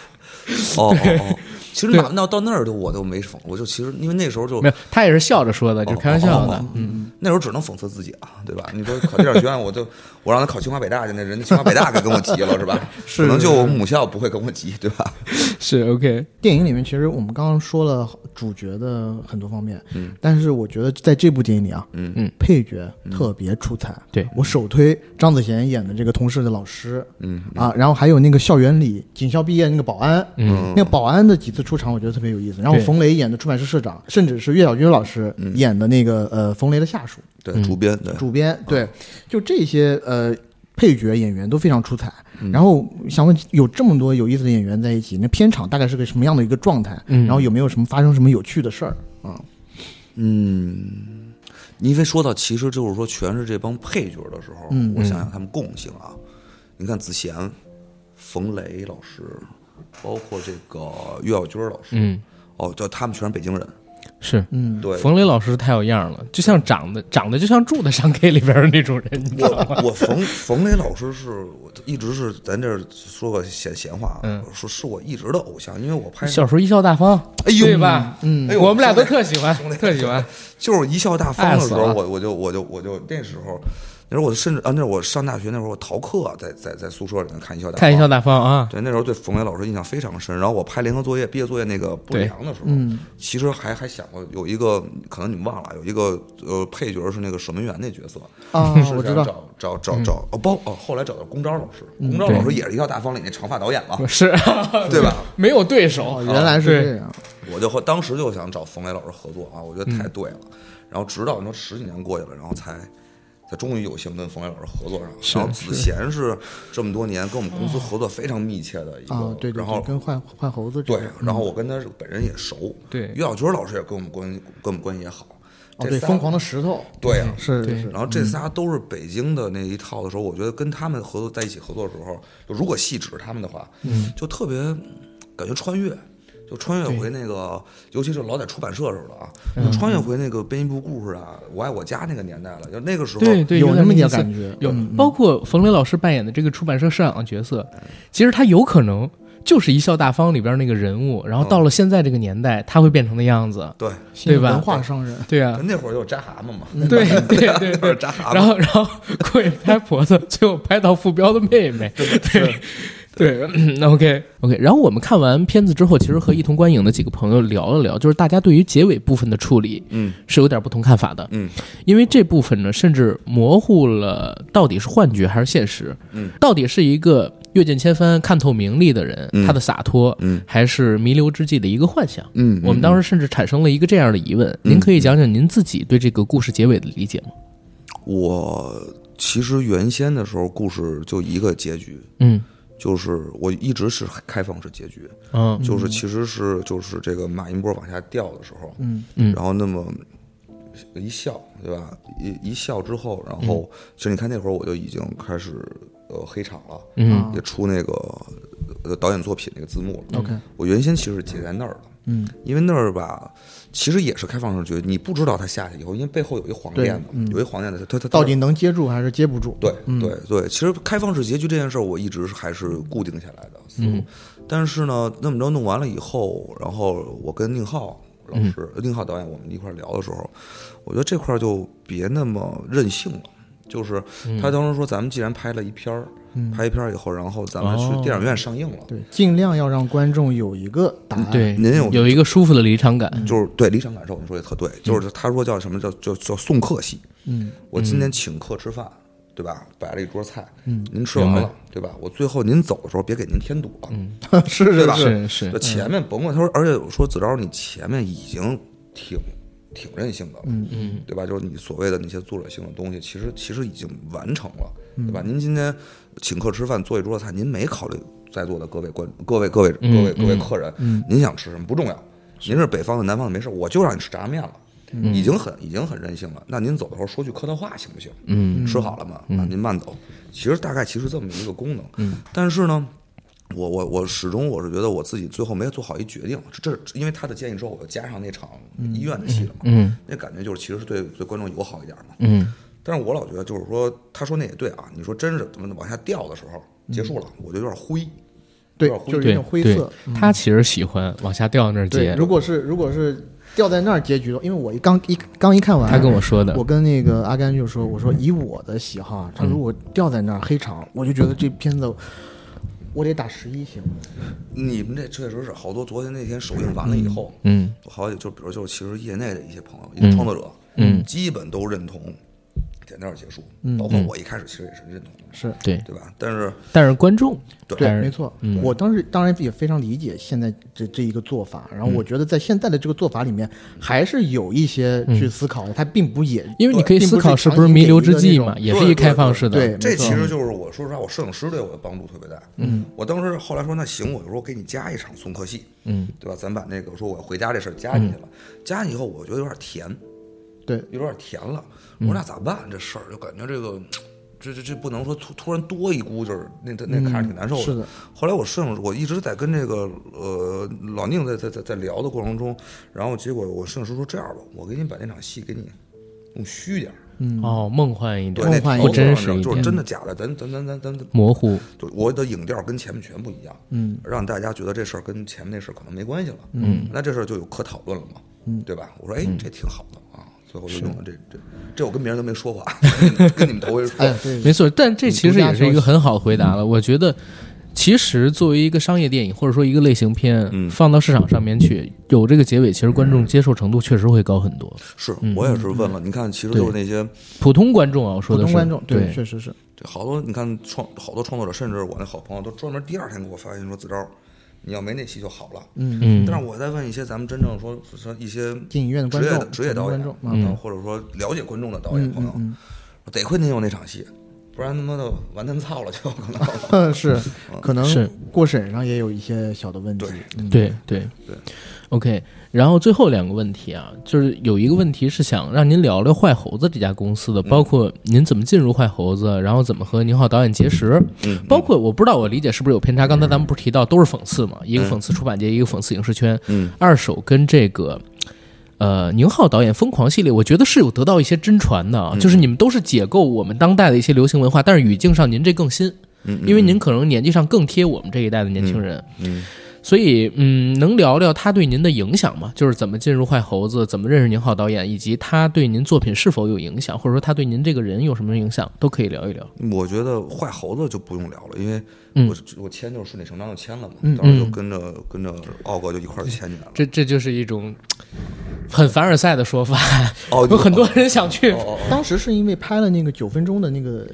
S3: 哦哦哦，其实哪到到那儿就我就没讽，我就其实因为那时候就
S1: 没有，他也是笑着说的，就是开玩笑的。
S3: 嗯，那时候只能讽刺自己啊，对吧？你说考这点学院，我就我让他考清华北大去，那人家清华北大该跟我急 了，是吧？
S2: 是
S3: 可能就我母校不会跟我急，对吧？
S1: 是 OK，
S2: 电影里面其实我们刚刚说了主角的很多方面，嗯，但是我觉得在这部电影里啊，
S3: 嗯
S1: 嗯，
S2: 配角特别出彩。
S1: 对
S2: 我首推张子贤演的这个同事的老师，
S3: 嗯
S2: 啊，然后还有那个校园里警校毕业那个保安，
S1: 嗯，
S2: 那个保安的几次出场我觉得特别有意思。然后
S1: 对
S2: 冯雷演的出版社社长，甚至是岳小军老师演的那个呃冯雷的下属，
S3: 对，主编对，
S2: 主编，对，就这些呃配角演员都非常出彩。然后想问，有这么多有意思的演员在一起，那片场大概是个什么样的一个状态？然后有没有什么发生什么有趣的事儿？啊，
S3: 嗯，因为说到其实就是说全是这帮配角的时候，我想想他们共性啊，你看子贤、冯雷老师，包括这个岳小军老师，
S1: 嗯，
S3: 哦，就他们全是北京人，
S1: 是，
S3: 对。
S1: 冯雷老师太有样了，就像长得长得就像住的上 K 里边的那种人，你知道吗？
S3: 我我冯冯雷老师是我一直是咱这儿说个闲闲话啊，
S1: 嗯
S3: 说是我一直的偶像，因为我拍
S1: 小时候一笑大方，
S3: 哎呦
S1: 对吧？嗯
S3: 哎呦
S1: 我们俩都
S3: 兄弟
S1: 特喜欢
S3: 兄弟，
S1: 特喜欢。
S3: 就是一笑大方的时候，
S1: 爱死了
S3: 我我就我就我就那时候，那时候我甚至啊，那时候我上大学那时候我逃课，啊在在在宿舍里面看一笑大方，
S1: 看一笑大方啊，
S3: 对，那时候对冯雷老师印象非常深。然后我拍联合作业、毕业作业那个不良的时候，
S1: 嗯
S3: 其实还还想过有一个，可能你们忘了，有一个呃配角是那个守门员那角色
S2: 啊
S3: 是想
S2: 我知道
S3: 找找找找哦，包哦，后来找到龚钊老师，龚钊
S1: 嗯对
S3: 老师也是一笑大方里那长发导演嘛，
S1: 是
S3: 对吧？
S1: 没有对
S2: 哦，
S1: 手，
S2: 原来是这样。
S3: 我就和当时就想找冯雷老师合作啊，我觉得
S2: 嗯
S3: 太对了。然后直到你说十几年过去了，然后才才终于有幸跟冯雷老师合作上了。然后子贤是这么多年跟我们公司合作非常密切的一个，
S2: 啊，对对
S3: 然后
S2: 对，跟嗯换换猴子这
S3: 对
S2: 个，，
S3: 然后我跟他是本人也熟，
S1: 对
S3: 岳小军老师也跟我们关系跟我们关系也好，
S2: 哦
S3: 这
S2: 对，
S3: 仨
S2: 疯狂的石头，
S3: 对啊。
S2: 是
S1: 对
S2: 是是，
S3: 然后这仨都是北京的那一套的时候，我觉得跟他们
S1: 嗯
S3: 合作在一起合作的时候，就如果细指他们的话，就特别感觉穿越，就穿越回那个，尤其是老在出版社时候了啊，
S1: 嗯
S3: 就穿越回那个编一部故事啊，我爱我家那个年代了，就那个时候，
S1: 对对，
S2: 有
S1: 有
S2: 那么一点
S1: 点嗯
S2: 感觉，
S1: 有，包括冯雷老师扮演的这个出版社社长的角色，其实他有可能就是《一笑大方》里边那个人物，然后到了现在这个年代，他会变成的样子，
S3: 对，
S1: 对吧
S2: 文化商人，
S1: 对啊，
S3: 那会儿有扎蛤蟆嘛，
S1: 嗯对对对
S3: 就是
S1: 对。
S3: 扎蛤蟆，
S1: 然后，然 后过去拍婆子，最后拍到傅彪的妹妹。对对那 OK OK。然后我们看完片子之后，其实和一同观影的几个朋友聊了聊，就是大家对于结尾部分的处理
S3: 嗯
S1: 是有点不同看法的。
S3: 嗯
S1: 因为这部分呢，甚至模糊了到底是幻觉还是现实，
S3: 嗯，
S1: 到底是一个阅尽千帆、看透名利的人，
S3: 嗯
S1: 他的洒脱，
S3: 嗯
S1: 还是弥留之际的一个幻想。
S3: 嗯
S1: 我们当时甚至产生了一个这样的疑问：您可以讲讲您自己对这个故事结尾的理解吗？
S3: 我其实原先的时候故事就一个结局，
S1: 嗯
S3: 就是我一直是开放式结局，
S1: 嗯
S3: 就是其实是就是这个马音波往下掉的时候，
S2: 嗯
S1: 嗯
S3: 然后那么一笑，对吧？一一笑之后，然后其实你看那会儿我就已经开始呃黑场了，
S1: 嗯
S3: 也出那个呃导演作品那个字幕了。
S2: ，OK，
S3: 我原先其实结在那儿了，
S2: 嗯，
S3: 因为那儿吧，其实也是开放式结局，你不知道他下去以后，因为背后有一黄
S2: 对
S3: 垫子，有一黄垫子，他他
S2: 到底能接住还是接不住？
S3: 对对对，其实开放式结局这件事儿，我一直是还是固定下来的思路。但是呢，那么着弄完了以后，然后我跟宁浩老师、宁浩导演我们一块儿聊的时候，我觉得这块儿就别那么任性了。就是他当时说，咱们既然拍了一篇儿，拍一篇儿以后，然后咱们去
S1: 哦
S3: 电影院上映了。
S2: 对，尽量要让观众有一个答案。
S1: 对，
S3: 您有
S1: 有一个舒服的离场感。
S3: 就是对离场感受，你说也特对，就是他说叫什么叫叫叫送客戏，
S2: 嗯，
S3: 我今天请客吃饭，对吧？摆了一桌菜，您吃完了，对吧？我最后您走的时候别给您添堵了，
S2: 是
S3: 对
S2: 是
S3: 吧？
S2: 是，
S1: 是是
S3: 就前面甭管他说，而且我说子昭，你前面已经挺挺任性的了，嗯嗯，对吧？就是你所谓的那些作者性的东西，其实其实已经完成了，对吧？您今天请客吃饭做一桌菜，您没考虑在座的各位观各位各位各位各位客人，您想吃什么不重要，您嗯是北嗯方的南方的没事，我就让你吃炸面了。已经很已经很任性了，那您走的时候说句客套话行不行？嗯，吃好了吗？那您慢走。其实大概其实这么一个功能，嗯，但是呢，我我我始终我是觉得我自己最后没有做好一决定，这这因为他的建议之后，我又加上那场医院的戏了嘛，嗯，那感觉就是其实是对对观众友好一点嘛，
S1: 嗯
S3: 但是我老觉得就是说，他说那也对啊，你说真是往下掉的时候结束了，我就有点灰，
S2: 对
S1: 嗯
S2: 就是有
S3: 有点，灰
S1: 对
S2: 点灰
S1: 对
S2: 色。，嗯
S1: 他其实喜欢往下掉那儿
S2: 对，
S1: 接。
S2: 如果是如果是掉在那儿结局了，因为我一刚一刚一看完，
S1: 他跟我说的
S2: 我跟那个阿甘就说，我说以我的喜好啊，他
S1: 嗯
S2: 如果掉在那儿黑场，我就觉得这片子我得打十一星。
S3: 你们这确实是好多。昨天那天首映完了以后，
S1: 嗯
S3: 好几就比如就是其实业内的一些朋友，一些创作者，
S1: 嗯，
S3: 基本都认同在那儿结束，包括我一开始其实也是认同的，
S2: 是
S1: 对，
S3: 对吧？但是
S1: 但是观众
S2: 对
S1: 但是，嗯
S2: 没错。我当时当然也非常理解现在这这一个做法，
S1: 嗯
S2: 然后我觉得在现在的这个做法里面，还是有一些去思考的，它并不也
S1: 嗯因为你可以
S2: 并
S1: 思
S2: 不
S1: 考
S2: 是
S1: 是
S2: 强
S1: 不是
S2: 行
S1: 弥
S2: 给
S1: 留
S2: 一
S1: 之
S2: 个
S1: 际
S2: 那
S1: 嘛，
S2: 种
S1: 也是一开放式的。
S2: 对没
S3: 这
S2: 错
S3: 其实就是我说实话，我摄影师对我的帮助特别大。嗯，我当时后来说那行，我就说给你加一场送客戏，嗯，对吧？咱把那个我说我要回家这事儿加进去了，加进去以后我觉得有点甜，
S2: 对
S3: 有点甜了。我说那咋办？这事儿就感觉这个，这这这不能说突突然多一股劲儿，那那那看着挺难受
S2: 是的
S3: 后来我摄影，我一直在跟这个呃老宁在在在在聊的过程中，然后结果我摄影师说这样吧，我给你把那场戏给你弄虚点儿，
S2: 嗯
S1: 哦，梦幻一
S3: 对，
S1: 点，
S3: 那
S2: 幻一
S1: 不
S3: 调
S1: 真
S3: 整
S1: 实一
S3: 就是
S1: 点，嗯
S3: 真的假的，咱咱咱咱咱咱
S1: 模糊。
S3: 就我的影调跟前面全不一样，嗯，让大家觉得这事儿跟前面那事儿可能没关系了，嗯，那这事儿就有可讨论了嘛，嗯，对吧？我说，哎，这挺好的啊，最后就用了这这这，我跟别人都没说过 啊，跟你们头回说，
S2: 哎，对，
S1: 没错，但这其实也是一个很好的回
S2: 嗯
S1: 答了。我觉得，其实作为一个商业电影或者说一个类型片，
S2: 嗯
S1: 放到市场上面去，有这个结尾，其实观众接受程度确实会高很多。
S3: 是我也是问了，你看，其实就是那些
S1: 普通观众啊，我说的
S2: 普通
S1: 是
S2: 观众
S1: 对，
S2: 确实是
S3: 这好多，你看创好多创作者，甚至我那好朋友都专门第二天给我发信说，子昭，你要没那戏就好了，嗯
S1: 嗯
S3: 但是我在问一些咱们真正说说一些
S2: 电影院的观
S3: 职业
S2: 众嗯
S3: 的职业
S2: 普通
S3: 导演啊
S2: 观众，嗯
S3: 嗯，或者说了解观众的导演朋友，得亏您有那场戏，不然他妈的完蛋操了 就可能。
S2: 嗯是，
S3: 嗯
S2: 可能
S1: 是
S2: 过审上也有一些小的问题。嗯
S1: 对对
S3: 对
S1: ，OK。然后最后两个问题啊，就是有一个问题是想让您聊聊坏猴子这家公司的，
S3: 嗯
S1: 包括您怎么进入坏猴子，然后怎么和宁浩导演结识，
S3: 嗯
S1: 包括我不知道我理解是不是有偏差。刚才咱们不是提到都是讽刺嘛，一个讽刺出版界，一个讽刺影视圈，
S3: 嗯，
S1: 二手跟这个。呃，宁浩导演《疯狂》系列，我觉得是有得到一些真传的
S3: 嗯
S1: 啊，就是你们都是解构我们当代的一些流行文化，但是语境上您这更新，因为您可能年纪上更贴我们这一代的年轻人，
S3: 嗯
S1: 所以嗯，能聊聊他对您的影响吗？就是怎么进入坏猴子，怎么认识宁浩导演，以及他对您作品是否有影响，或者说他对您这个人有什么影响，都可以聊一聊。
S3: 我觉得坏猴子就不用聊了，因为
S1: 嗯
S3: 我、我签就是顺理成章就签了嘛，当时就
S1: 嗯
S3: 跟着跟着奥哥就一块儿签进来了。
S1: 这这就是一种很凡尔赛的说法，
S3: 哦，
S1: 有很哦多人想去。
S2: 当时是因为拍了那个九分钟的那个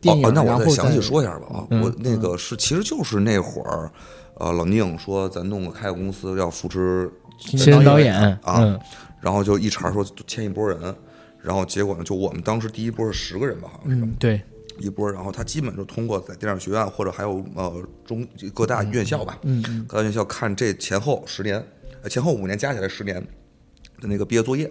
S2: 电影，
S3: 哦，那
S2: 然
S3: 我
S2: 后
S3: 再详
S2: 再
S3: 细
S2: 嗯
S3: 说一下吧啊，我那个是其实就是那会儿，呃，老宁说咱弄个开个公司要扶持
S1: 新人哦导演
S3: 啊
S1: 嗯
S3: 然后就一茬说签一波人，然后结果呢，就我们当时第一波是十个人吧，好像是吧
S1: 嗯，对，
S3: 一波，然后他基本就通过在电影学院或者还有呃中各大院校吧，各大院校看这前后十年，呃前后五年加起来十年的那个毕业作业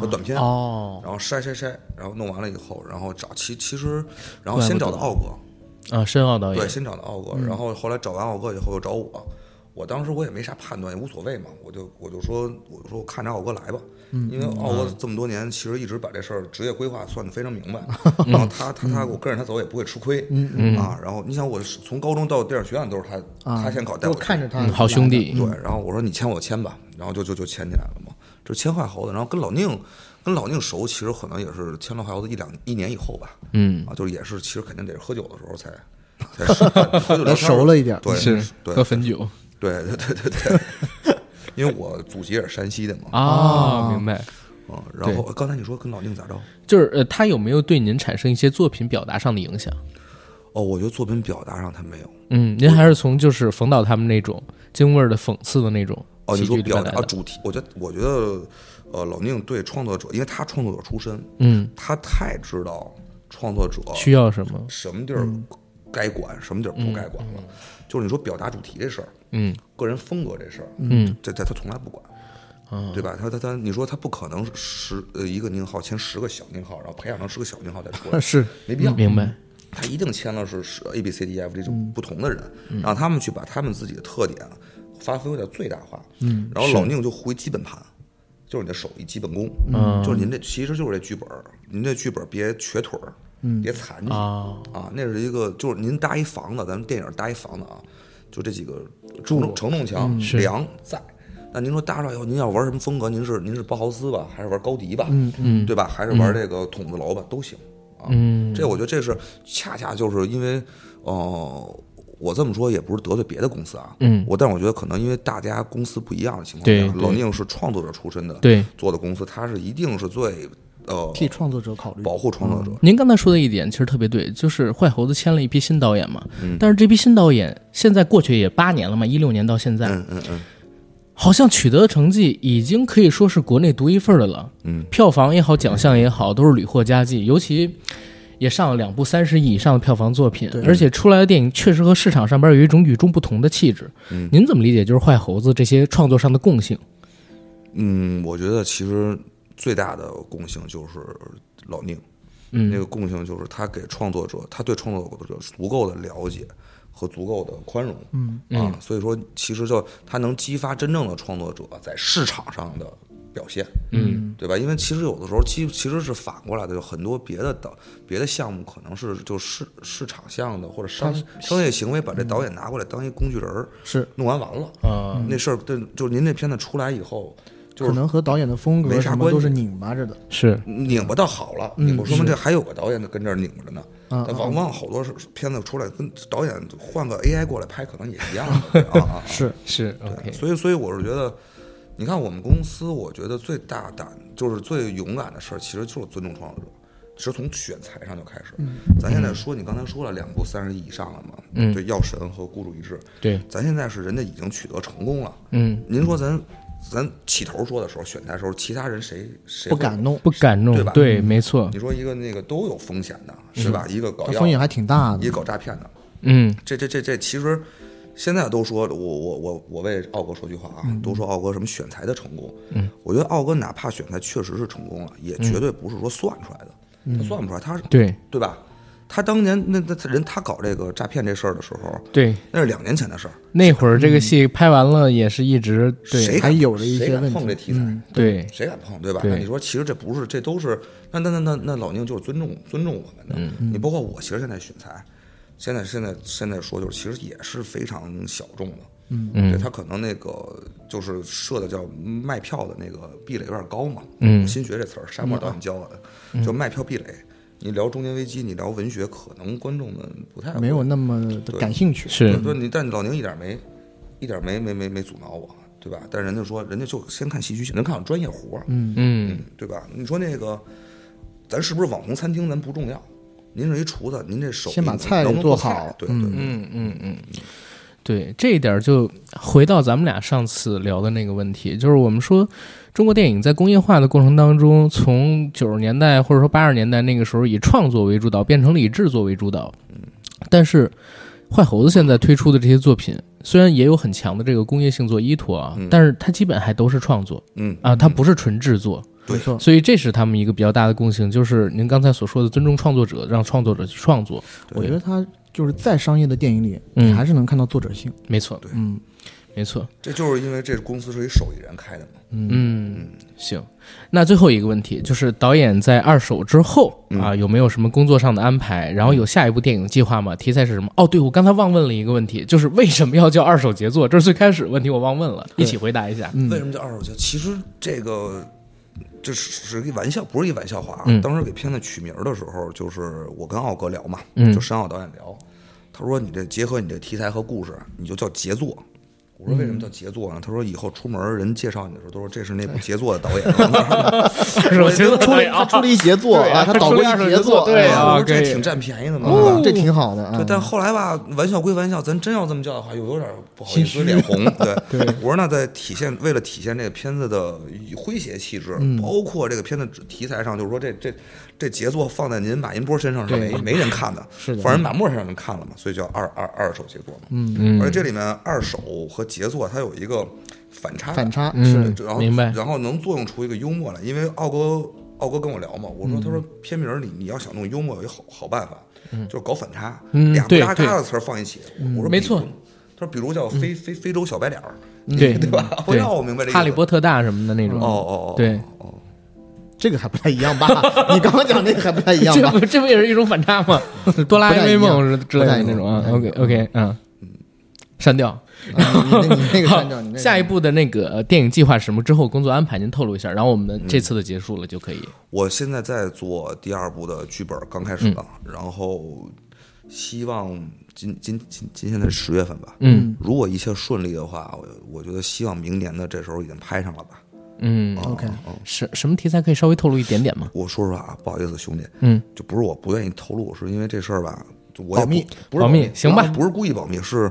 S3: 和短片，
S1: 哦，
S3: 然后筛筛筛，然后弄完了以后，然后找其其实，然后先找的奥哥，
S1: 啊，申奥导演
S3: 对，，先找的奥哥，然后后来找完奥哥以后又找我，我当时我也没啥判断，也无所谓嘛，我就我就说我就说我看着奥哥来吧，因为奥哥这么多年其实一直把这事儿职业规划算得非常明白，然后他他他我跟着他走也不会吃亏，啊，然后你想我是从高中到电影学院都是他
S2: 啊，
S3: 他先搞带
S2: 我
S3: 去
S2: 看着他，
S1: 嗯好兄，弟，
S3: 对，然后我说你签我签吧，然后就就就签进来了嘛，这签坏猴子，然后跟老宁跟老宁熟，其实可能也是签了坏猴子一两一年以后吧，
S1: 嗯，
S3: 啊，就是也是其实肯定得是喝酒的时候才才喝酒聊天儿
S2: 熟了一点
S3: 对，对
S1: 喝汾酒
S3: 对对对对对，因为我祖籍也是山西的嘛，
S1: 啊，明白。
S3: 嗯，然后刚才你说跟老宁咋着？
S1: 就是呃，他有没有对您产生一些作品表达上的影响？
S3: 哦，我觉得作品表达上他没有。
S1: 嗯，您还是从就是冯导他们那种京味儿的讽刺的那种
S3: 哦，
S1: 喜
S3: 你说
S1: 剧里
S3: 表
S1: 面
S3: 达
S1: 来
S3: 啊
S1: 的。
S3: 主题，我觉得我觉得，呃，老宁对创作者，因为他创作者出身，
S1: 嗯，
S3: 他太知道创作者
S1: 需要什么？
S3: 什么地儿
S1: 嗯
S3: 该管，什么地儿不该管了。就是你说表达主题这事儿，
S1: 嗯
S3: 个人风格这事儿，
S1: 嗯，
S3: 这这他从来不管，对吧？他他他，你说他不可能十呃一个宁浩签十个小宁浩，然后培养成十个小宁浩再出 来，
S2: 是
S3: 没必要。
S1: 明白。
S3: 他一定签了是是 A B C D E F 这种不同的人，让他们去把他们自己的特点发挥的最大化。嗯，然后老宁就回基本盘，就是你的手艺基本功，
S1: 嗯
S3: 就是您这其实就是这剧本儿，您这剧本儿别瘸腿儿，别残疾
S1: 啊
S3: 嗯啊，那是一个就是您搭一房子，咱们电影搭一房子啊，就这几个承重承重墙、梁在。那您说搭出来以后，您要玩什么风格？您是您是包豪斯吧，还是玩高迪吧？嗯嗯，对吧？还是玩这个筒子楼吧？都行啊。
S1: 嗯，
S3: 这我觉得这是恰恰就是因为，呃，我这么说也不是得罪别的公司啊，
S1: 嗯
S3: 我但是我觉得可能因为大家公司不一样的情
S1: 对
S3: 况下，
S1: 对
S3: 老宁是创作者出身的，
S1: 对，
S3: 做的公司他是一定是最呃
S2: 替创作者考虑。
S3: 保护创作者，
S1: 您刚才说的一点其实特别对，就是坏猴子签了一批新导演嘛，
S3: 嗯
S1: 但是这批新导演现在过去也八年了嘛，一六年到现在，
S3: 嗯嗯嗯，
S1: 好像取得的成绩已经可以说是国内独一份儿的了。
S3: 嗯，
S1: 票房也好，奖项也好，都是屡获佳绩，尤其也上了两部三十亿以上的票房作品，而且出来的电影确实和市场上边有一种与众不同的气质。嗯，您怎么理解就是坏猴子这些创作上的共性？
S3: 嗯，我觉得其实最大的共性就是老宁，嗯，那个共性就是他给创作者，他对创作者足够的了解和足够的宽容，嗯啊，所以说其实就他能激发真正的创作者在市场上的表现，嗯，对吧？因为其实有的时候其其实是反过来的，有很多别的导别的项目可能是就市市场项的或者商商业行为把这导演拿过来当一工具人儿，
S2: 是
S3: 弄完完了，
S1: 啊，
S3: 那事儿对，就是您这片子出来以后。就
S2: 可
S3: 是
S2: 能和导演的风格
S3: 没
S2: 什
S3: 啥
S2: 么
S3: 关
S2: 都
S3: 系
S2: 是拧巴着的，
S1: 是
S3: 拧巴倒好了，拧巴说明这还有个导演跟这儿拧巴着呢。
S2: 嗯啊
S3: 但往往好多是片子出来跟导演换个 AI 过来拍，可能也一样 啊。啊
S2: 是
S1: 是，OK，
S3: 所以，所以我是觉得，你看我们公司，我觉得最大胆就是最勇敢的事儿，其实就是尊重创作者。其实从选材上就开始，
S2: 嗯
S3: 咱现在说，你刚才说了两部三十亿以上了嘛，对《药神》和《孤注一掷》，
S1: 对，
S3: 咱现在是人家已经取得成功了，
S1: 嗯
S3: 您说咱咱起头说的时候，选材的时候，其他人谁谁
S2: 不
S3: 会
S2: 敢弄，
S1: 不敢弄
S3: 对吧，
S1: 对，没错，
S3: 你说一个那个都有风险的，是吧？一个搞
S2: 嗯它
S3: 药
S2: 风险还挺大
S3: 一
S2: 的。
S3: 个搞诈骗的，
S1: 嗯
S3: 这这这这其实现在都说，我我我我为奥哥说句话啊，
S2: 嗯
S3: 都说奥哥什么选材的成功，嗯，我觉得奥哥哪怕选材确实是成功了，也
S2: 嗯
S3: 绝对不是说算出来的，他算不出来，他是
S1: 对
S3: 对吧？他当年那那人他搞这个诈骗这事儿的时候，
S1: 对，
S3: 那是两年前的事儿，
S1: 那会儿这个戏拍完了也是一直对
S3: 谁敢
S2: 还有着一些
S3: 谁敢
S2: 问
S3: 碰
S2: 题嗯
S3: 这题材？
S1: 对
S3: 谁敢碰，对吧？
S1: 对
S3: 那你说，其实这不是，这都是那那那那那老宁就是尊重尊重我们的。你包括我，其实现在选材，现在现在现在说就是，其实也是非常小众的。嗯嗯，他可能那个就是设的叫卖票的那个壁垒有点高嘛。嗯，我嗯新学这词儿，沙漠导演教我的，就卖票壁垒。你聊中年危机，你聊文学，可能观众们不太会
S2: 没有那么的感兴趣，
S1: 是
S3: 对，你但老宁一点没，一点没没没没阻挠我，对吧？但人家说，人家就先看戏剧性，能看上专业活儿，嗯嗯，对吧？你说那个，咱是不是网红餐厅，咱不重要。您是一厨子，您这手艺
S2: 先把菜
S3: 能不能
S2: 做
S3: 菜
S2: 好
S3: 对对对，
S1: 嗯嗯嗯，对，这一点儿就回到咱们俩上次聊的那个问题，就是我们说中国电影在工业化的过程当中，从九十年代或者说八十年代那个时候以创作为主导，变成了以制作为主导。但是坏猴子现在推出的这些作品，虽然也有很强的这个工业性做依托啊，但是它基本还都是创作
S3: 嗯
S1: 啊，它不是纯制作。
S2: 没错。
S1: 所以这是他们一个比较大的共性，就是您刚才所说的尊重创作者，让创作者去创作。
S2: 我觉得他就是再商业的电影里，
S1: 嗯
S2: 你还是能看到作者性。
S1: 没错，
S2: 嗯，
S1: 没错。
S3: 这就是因为这公司是一手艺人开的嘛。
S1: 嗯，行。那最后一个问题就是，导演在二手之后
S3: 嗯
S1: 啊，有没有什么工作上的安排？然后有下一部电影计划吗？题材是什么？哦，对，我刚才忘问了一个问题，就是为什么要叫二手杰作？这是最开始问题，我忘问了，一起回答一下。
S3: 为什么叫二手交？其实这个这是是一玩笑，不是一玩笑话啊。
S1: 嗯
S3: 当时给片子取名儿的时候，就是我跟奥哥聊嘛，
S1: 嗯
S3: 就申奥导演聊，他说你这结合你这题材和故事，你就叫杰作。我说为什么叫杰作呢？他说以后出门儿人介绍你的时候，都说这是那部杰作的导演。
S1: 二手 杰作
S2: 出了他出了一杰作
S1: 对啊
S2: 啊，
S1: 他
S2: 导
S1: 出了
S2: 过
S1: 一
S2: 一
S1: 二
S2: 杰
S1: 杰作对啊
S2: 啊
S3: 哎我说这
S1: 可以
S3: 挺占便宜的嘛。
S2: 啊这挺好的啊
S3: 对，。但后来吧，玩笑归玩笑，咱真要这么叫的话，又有点不好意思，脸红。对，我说那在体现，为了体现这个片子的诙谐气质，包括这个片子题材上，就是说这这这杰作放在您马云波身上是没没人看的，
S2: 是的
S3: 放人马莫身上看了嘛，所以叫二二二手杰作嘛。嗯嗯，而且这里面二手和杰作它有一个反差感，
S2: 反差
S1: 嗯
S2: 是的，
S3: 对然后
S1: 明白
S3: 然后能作用出一个幽默来，因为奥哥奥哥跟我聊嘛，我
S1: 嗯
S3: 说他说片名儿里你要想弄幽默有一好好办法，就是搞反差，
S1: 嗯
S3: 俩不
S1: 对
S3: 搭
S1: 对嗯
S3: 嘎的词儿放一起，我说
S1: 没
S3: 比如
S1: 错，嗯
S3: 他说比如叫非非非洲小白脸儿，
S1: 对
S3: 对吧？我让我明白这个
S1: 哈利波特大什么的那种。
S3: 哦哦哦，
S1: 对
S3: 哦，
S2: 这个还不太一样 吧？你刚刚讲那个还不太一样
S1: 这
S2: 吧？
S1: 不这不也是一种反差 吗？哆啦 A 梦之类的那种啊。
S2: 不太一样
S1: OK OK，嗯，删掉。
S2: 啊你那你那个
S1: 好
S2: 删掉，你那，个
S1: 下一步的那个呃电影计划是什么？之后工作安排您透露一下，然后我
S2: 嗯
S1: 们这次的结束了就可以。
S3: 我现在在做第二部的剧本，刚开
S1: 嗯
S3: 始了，然后希望今今今今现在是十月份吧，
S1: 嗯，
S3: 如果一切顺利的话，我我觉得希望明年的这时候已经拍上了吧。
S1: 嗯，
S2: OK，
S1: 什什么题材可以稍微透露一点点吗？
S3: 我说实话啊，不好意思，兄弟，
S1: 嗯，
S3: 就不是我不愿意透露，是因为这事儿吧，就我也
S2: 保密
S3: 不，不是
S1: 保密行吧嗯
S3: 不是故意保密，是，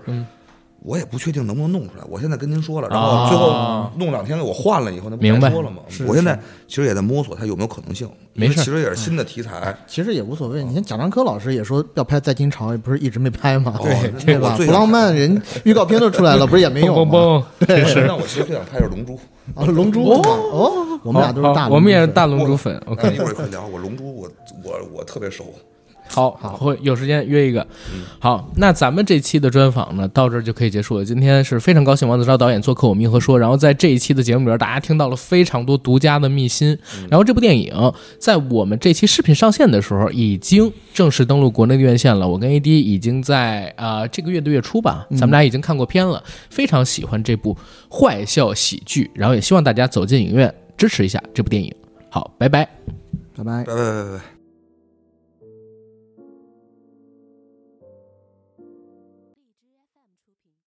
S3: 我也不确定能不能弄出来。我现在跟您说了，然后最后弄两天我换了以后，那不
S1: 啊明白
S3: 白说了吗？我现在其实也在摸索它有没有可能性，因为
S1: 没事儿
S3: 其实也是新的题 材。
S2: 其实也无所谓。你看贾樟柯老师也说要拍《在金朝》，也不是一直没拍嘛，
S1: 哦
S3: 对
S2: 对
S3: 我
S2: 吧？
S3: 最
S2: 不浪漫人预告片都出 来了，不是也没有吗？
S3: 对，那我其实最想拍的是《龙珠》，
S2: 啊，龙珠是吧哦，我
S1: 我
S2: 们俩都是大，
S1: 我们也是大。龙珠粉。
S3: 那
S1: OK，
S3: 一会儿也可以聊。我《龙珠》我，我我特别熟。
S1: 好，会有时间约一个。好，那咱们这期的专访呢，到这儿就可以结束了。今天是非常高兴，王子超导演做客我们硬核说。然后在这一期的节目里边，大家听到了非常多独家的秘辛。然后这部电影在我们这期视频上线的时候，已经正式登陆国内的院线了。我跟 AD 已经在啊、呃这个月的月初吧，咱们俩已经看过片了，非常喜欢这部坏笑喜剧。然后也希望大家走进影院支持一下这部电影。好，拜拜。
S2: 拜拜。
S3: 拜拜拜拜拜。